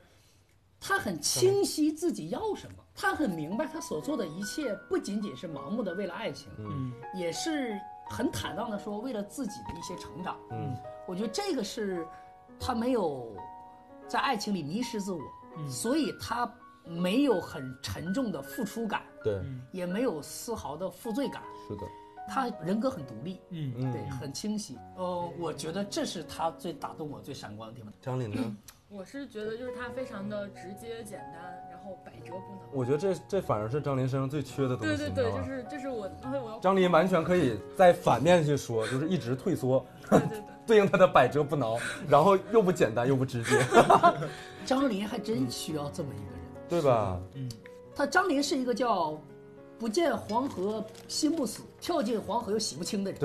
Speaker 1: 他很清晰自己要什么，他很明白他所做的一切不仅仅是盲目的为了爱情，
Speaker 4: 嗯
Speaker 1: 也是很坦荡的说为了自己的一些成长。
Speaker 3: 嗯
Speaker 1: 我觉得这个是他没有在爱情里迷失自我，
Speaker 4: 嗯
Speaker 1: 所以他没有很沉重的付出感，
Speaker 3: 对，
Speaker 4: 嗯
Speaker 1: 也没有丝毫的负罪感，
Speaker 3: 是的，
Speaker 1: 他人格很独立。
Speaker 4: 嗯，
Speaker 3: 嗯，
Speaker 1: 对，很清晰。呃，我觉得这是他最打动我、最闪光的地方。
Speaker 3: 张琳呢？
Speaker 5: 我是觉得就是他非常的直接简单，然后百折不挠。
Speaker 3: 我觉得这这反而是张琳身上最缺的东西。
Speaker 5: 对对对，
Speaker 3: 你知道
Speaker 5: 就
Speaker 3: 吗
Speaker 5: 是
Speaker 3: [LAUGHS]
Speaker 5: 这是我，哎，我要
Speaker 3: 张琳完全可以在反面去说，就是一直退缩，
Speaker 5: 对对对。
Speaker 3: 对应他的百折不挠，然后又不简单又不直接， [LAUGHS]
Speaker 1: 张琳还真需要这么一个人。
Speaker 3: 对吧？
Speaker 1: 他张琳是一个叫“不见黄河心不死，跳进黄河又洗不清”的人，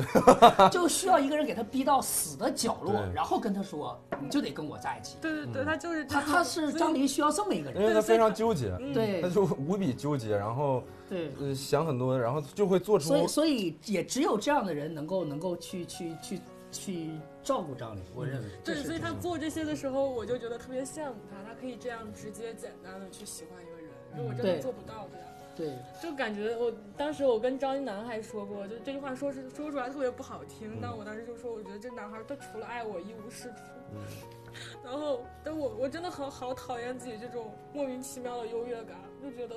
Speaker 1: [LAUGHS] 就需要一个人给他逼到死的角落，
Speaker 3: 对
Speaker 1: 然后跟他说：“你就得跟我在一起。
Speaker 7: 对对
Speaker 3: 嗯
Speaker 7: 对，他就是”
Speaker 1: 他他是张琳需要这么一个
Speaker 3: 因
Speaker 1: 人。
Speaker 3: 为他非常纠结，嗯他
Speaker 1: 对
Speaker 3: 就无比纠结，然后
Speaker 1: 对，
Speaker 3: 呃想很多，然后就会做出
Speaker 1: 所以所以也只有这样的人能够能够去去去去照顾张琳，我认为这
Speaker 5: 对，
Speaker 1: 是
Speaker 5: 所以他做这些的时候，我就觉得特别羡慕他，他可以这样直接简单的去喜欢一个人，就我真
Speaker 1: 对
Speaker 5: 的做不到这样。
Speaker 1: 对。
Speaker 5: 就感觉我当时我跟张一楠还说过，就这句话说是说出来特别不好
Speaker 3: 嗯
Speaker 5: 听，但我当时就说，我觉得这男孩儿他除了爱我一无是处。
Speaker 3: 嗯
Speaker 5: [LAUGHS] 然后，但我我真的好好讨厌自己这种莫名其妙的优越感，就觉得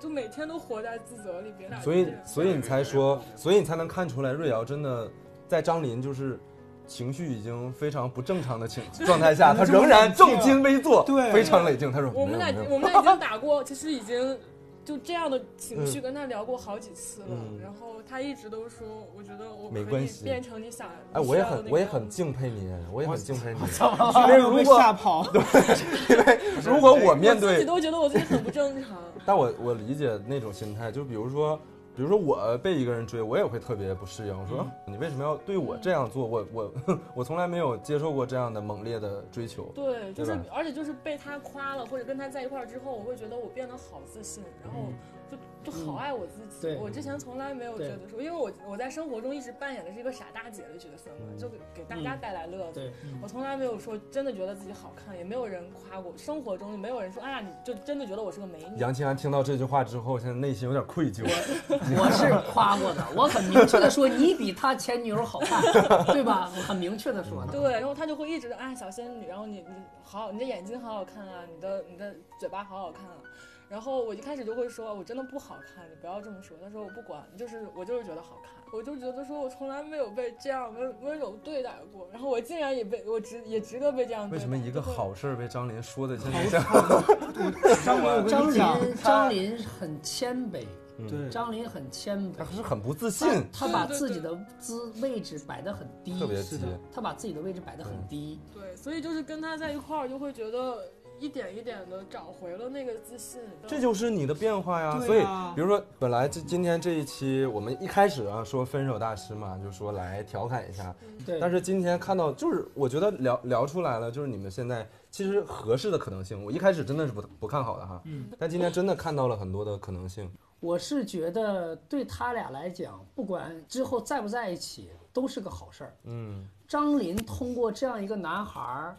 Speaker 5: 就每天都活在自责里边。
Speaker 3: 所以，所以你才说，所以你才能看出来，瑞瑶真的在张琳就是情绪已经非常不正常的情状态下，她仍然正襟危坐，
Speaker 4: 对
Speaker 3: 非常冷静。她说
Speaker 5: 我
Speaker 3: 啊没
Speaker 5: 们
Speaker 3: 有
Speaker 5: 俩
Speaker 3: 没有
Speaker 5: 我们俩已经打过， [LAUGHS] 其实已经就这样的情绪跟他聊过好几次了。
Speaker 3: 嗯
Speaker 5: 然后他一直都说，我觉得我
Speaker 3: 没
Speaker 5: 可
Speaker 3: 关
Speaker 5: 以
Speaker 3: 系
Speaker 5: 变成你想要的那
Speaker 3: 哎，
Speaker 5: 个样子。
Speaker 3: 我也很，我也很敬佩你，我也很敬佩你。 [LAUGHS]
Speaker 4: 差点被吓跑，
Speaker 3: 如果我面
Speaker 5: 自己
Speaker 3: 对，
Speaker 5: 都觉得我自己很不正
Speaker 3: [LAUGHS]
Speaker 5: 常。
Speaker 3: 但我我理解那种心态，就比如说，比如说我被一个人追，我也会特别不适应。我说、你为什么要对我这样做？我我 [LAUGHS] 我从来没有接受过这样的猛烈的追求。
Speaker 5: 对，
Speaker 3: 对
Speaker 5: 就是
Speaker 3: 吧
Speaker 5: 而且就是被他夸了，或者跟他在一块儿之后，我会觉得我变得好自信，然
Speaker 3: 嗯
Speaker 5: 后就、就好爱我自
Speaker 1: 嗯
Speaker 5: 己。
Speaker 1: 对
Speaker 5: 我之前从来没有觉
Speaker 1: 对
Speaker 5: 得说，因为我我在生活中一直扮演的是一个傻大姐的角色
Speaker 3: 嗯
Speaker 5: 嘛，就给给大
Speaker 1: 嗯
Speaker 5: 家带来乐子。
Speaker 1: 对
Speaker 5: 我从来没有说真的觉得自己好看，也没有人夸过，生活中没有人说，哎呀，你就真的觉得我是个美女。
Speaker 3: 杨清安听到这句话之后，现在内心有点愧疚。
Speaker 1: 我是夸过的，我很明确的说你比他前女友好看，对吧？我很明确的说的。
Speaker 5: 对，然后他就会一直哎小仙女，然后你你好，你的眼睛好好看啊，你的你的嘴巴好好看啊。然后我一开始就会说，我真的不好看，你不要这么说。他说我不管，就是我就是觉得好看，我就觉得说我从来没有被这样温温柔对待过，然后我竟然也被我值也值得被这样对
Speaker 3: 为
Speaker 5: 待。
Speaker 3: 什么一个
Speaker 5: 就会
Speaker 3: 好事儿被张琳说的现在这样？
Speaker 4: 张琳，我跟
Speaker 1: 张
Speaker 4: 你讲，
Speaker 1: 琳，张琳很谦卑，
Speaker 4: 对，
Speaker 1: 张琳很谦卑
Speaker 3: 他，是很不自信，
Speaker 1: 她她把
Speaker 5: 对对对
Speaker 1: 自己的姿位置摆得很低，
Speaker 3: 特别
Speaker 4: 是
Speaker 3: 急
Speaker 4: 的。
Speaker 1: 她把自己的位置摆得很低，
Speaker 5: 对，所以就是跟他在一块儿就会觉得。
Speaker 8: 一点一点的找回了那个自信。
Speaker 3: 这就是你的变化呀。
Speaker 4: 对
Speaker 3: 所以
Speaker 4: 啊，
Speaker 3: 比如说，本来这今天这一期我们一开始啊说分手大师嘛，就说来调侃一下。
Speaker 1: 对
Speaker 3: 但是今天看到，就是我觉得聊聊出来了，就是你们现在其实合适的可能性，我一开始真的是不不看好的哈。
Speaker 4: 嗯。
Speaker 3: 但今天真的看到了很多的可能性。嗯
Speaker 1: 我是觉得对他俩来讲，不管之后在不在一起，都是个好事儿。
Speaker 3: 嗯，
Speaker 1: 张琳通过这样一个男孩儿，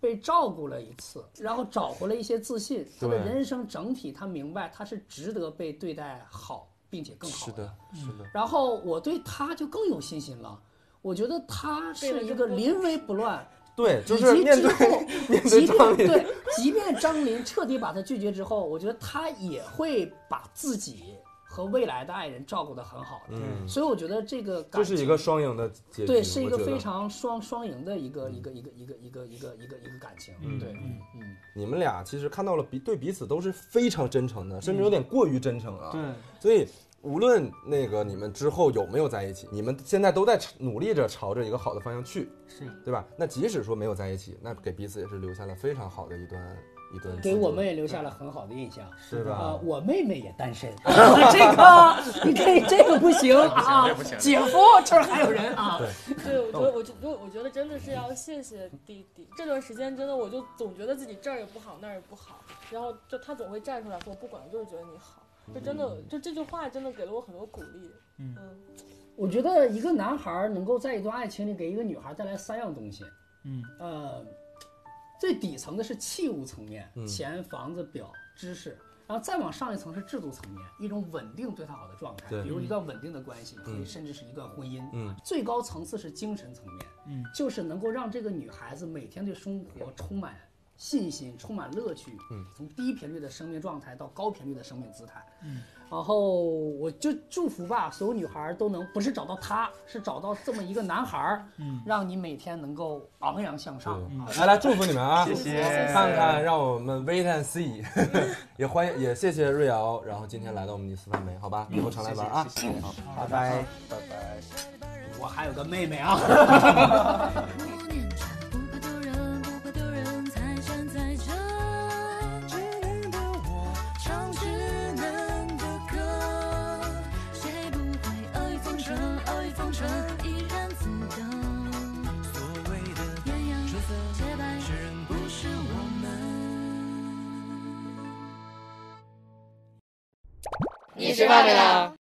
Speaker 1: 被照顾了一次，然后找回了一些自信。他的
Speaker 3: 对
Speaker 1: 人生整体，他明白他是值得被对待好，并且更好
Speaker 3: 是的，是的。
Speaker 1: 然后我对他就更有信心了。我觉得他是一个临危不乱，
Speaker 3: 对，就
Speaker 1: 以
Speaker 3: 是
Speaker 1: 及
Speaker 3: 面
Speaker 1: 之
Speaker 3: 对
Speaker 1: 后
Speaker 3: [LAUGHS] 面对
Speaker 1: 即
Speaker 3: 张琳
Speaker 1: 便对，即便张琳彻底把他拒绝之后，我觉得他也会把自己和未来的爱人照顾得很好的。
Speaker 3: 嗯，
Speaker 1: 所以我觉得这个感
Speaker 3: 这是一
Speaker 1: 情
Speaker 3: 个双赢的结局，
Speaker 1: 对，是一
Speaker 3: 我
Speaker 1: 个
Speaker 3: 觉得
Speaker 1: 非常双双赢的一个一个一个一个一个一个一个一个感情。
Speaker 3: 嗯
Speaker 1: 对，嗯嗯。
Speaker 3: 你们俩其实看到了彼对彼此都是非常真诚的，甚至有点过于真诚啊。
Speaker 4: 对，
Speaker 3: 所以无论那个你们之后有没有在一起，你们现在都在朝努力着朝着一个好的方向去，
Speaker 4: 是
Speaker 3: 对吧？那即使说没有在一起，那给彼此也是留下了非常好的一段一段，
Speaker 1: 给我们也留下了很好的印象。
Speaker 3: 是
Speaker 1: 啊、
Speaker 3: 吧？
Speaker 1: 我妹妹也
Speaker 3: [LAUGHS]
Speaker 1: 单身，啊、这个你可以，这个不行啊
Speaker 6: 这不行，
Speaker 1: 姐夫这儿还有人啊，
Speaker 8: [LAUGHS] 对，我觉得，我觉得，我觉得真的是要谢谢弟弟。这段时间真的，我就总觉得自己这儿也不好，那儿也不好，然后就他总会站出来说，不管，我就是觉得你好。就真的，就这句话真的给了我很多鼓励。
Speaker 4: 嗯
Speaker 1: 我觉得一个男孩儿能够在一段爱情里给一个女孩儿带来三样东西，
Speaker 4: 嗯，
Speaker 1: 呃，最底层的是器物层面，
Speaker 3: 嗯
Speaker 1: 钱、房子、表、知识，然后再往上一层是制度层面，一种稳定对他好的状态，
Speaker 3: 对
Speaker 1: 比如一段稳定的关系，或者
Speaker 3: 嗯
Speaker 1: 甚至是一段婚姻。
Speaker 3: 嗯，
Speaker 1: 最高层次是精神层面，
Speaker 4: 嗯，
Speaker 1: 就是能够让这个女孩子每天对生活充满信心，充满乐趣，
Speaker 3: 嗯，
Speaker 1: 从低频率的生命状态到高频率的生命姿态，
Speaker 4: 嗯，
Speaker 1: 然后我就祝福吧，所有女孩都能不是找到他，是找到这么一个男孩儿，
Speaker 4: 嗯，
Speaker 1: 让你每天能够昂扬向上。
Speaker 3: 来来，祝福你们啊！
Speaker 6: 谢谢
Speaker 3: 看看，让我们 wait and see，也欢迎，也谢谢瑞瑶，然后今天来到我们尼斯范梅，好吧，以后常来玩啊。
Speaker 6: 谢谢谢谢好
Speaker 1: 拜拜，
Speaker 6: 拜拜。
Speaker 1: 我还有个妹妹啊。
Speaker 9: 默念着，不怕丢人，不怕丢人，才站在这。只能的我唱只能的歌，谁不会阿谀奉承，阿谀奉承，怡然自得。所谓的艳阳洁白，不是我们。
Speaker 10: 你吃饭没啦？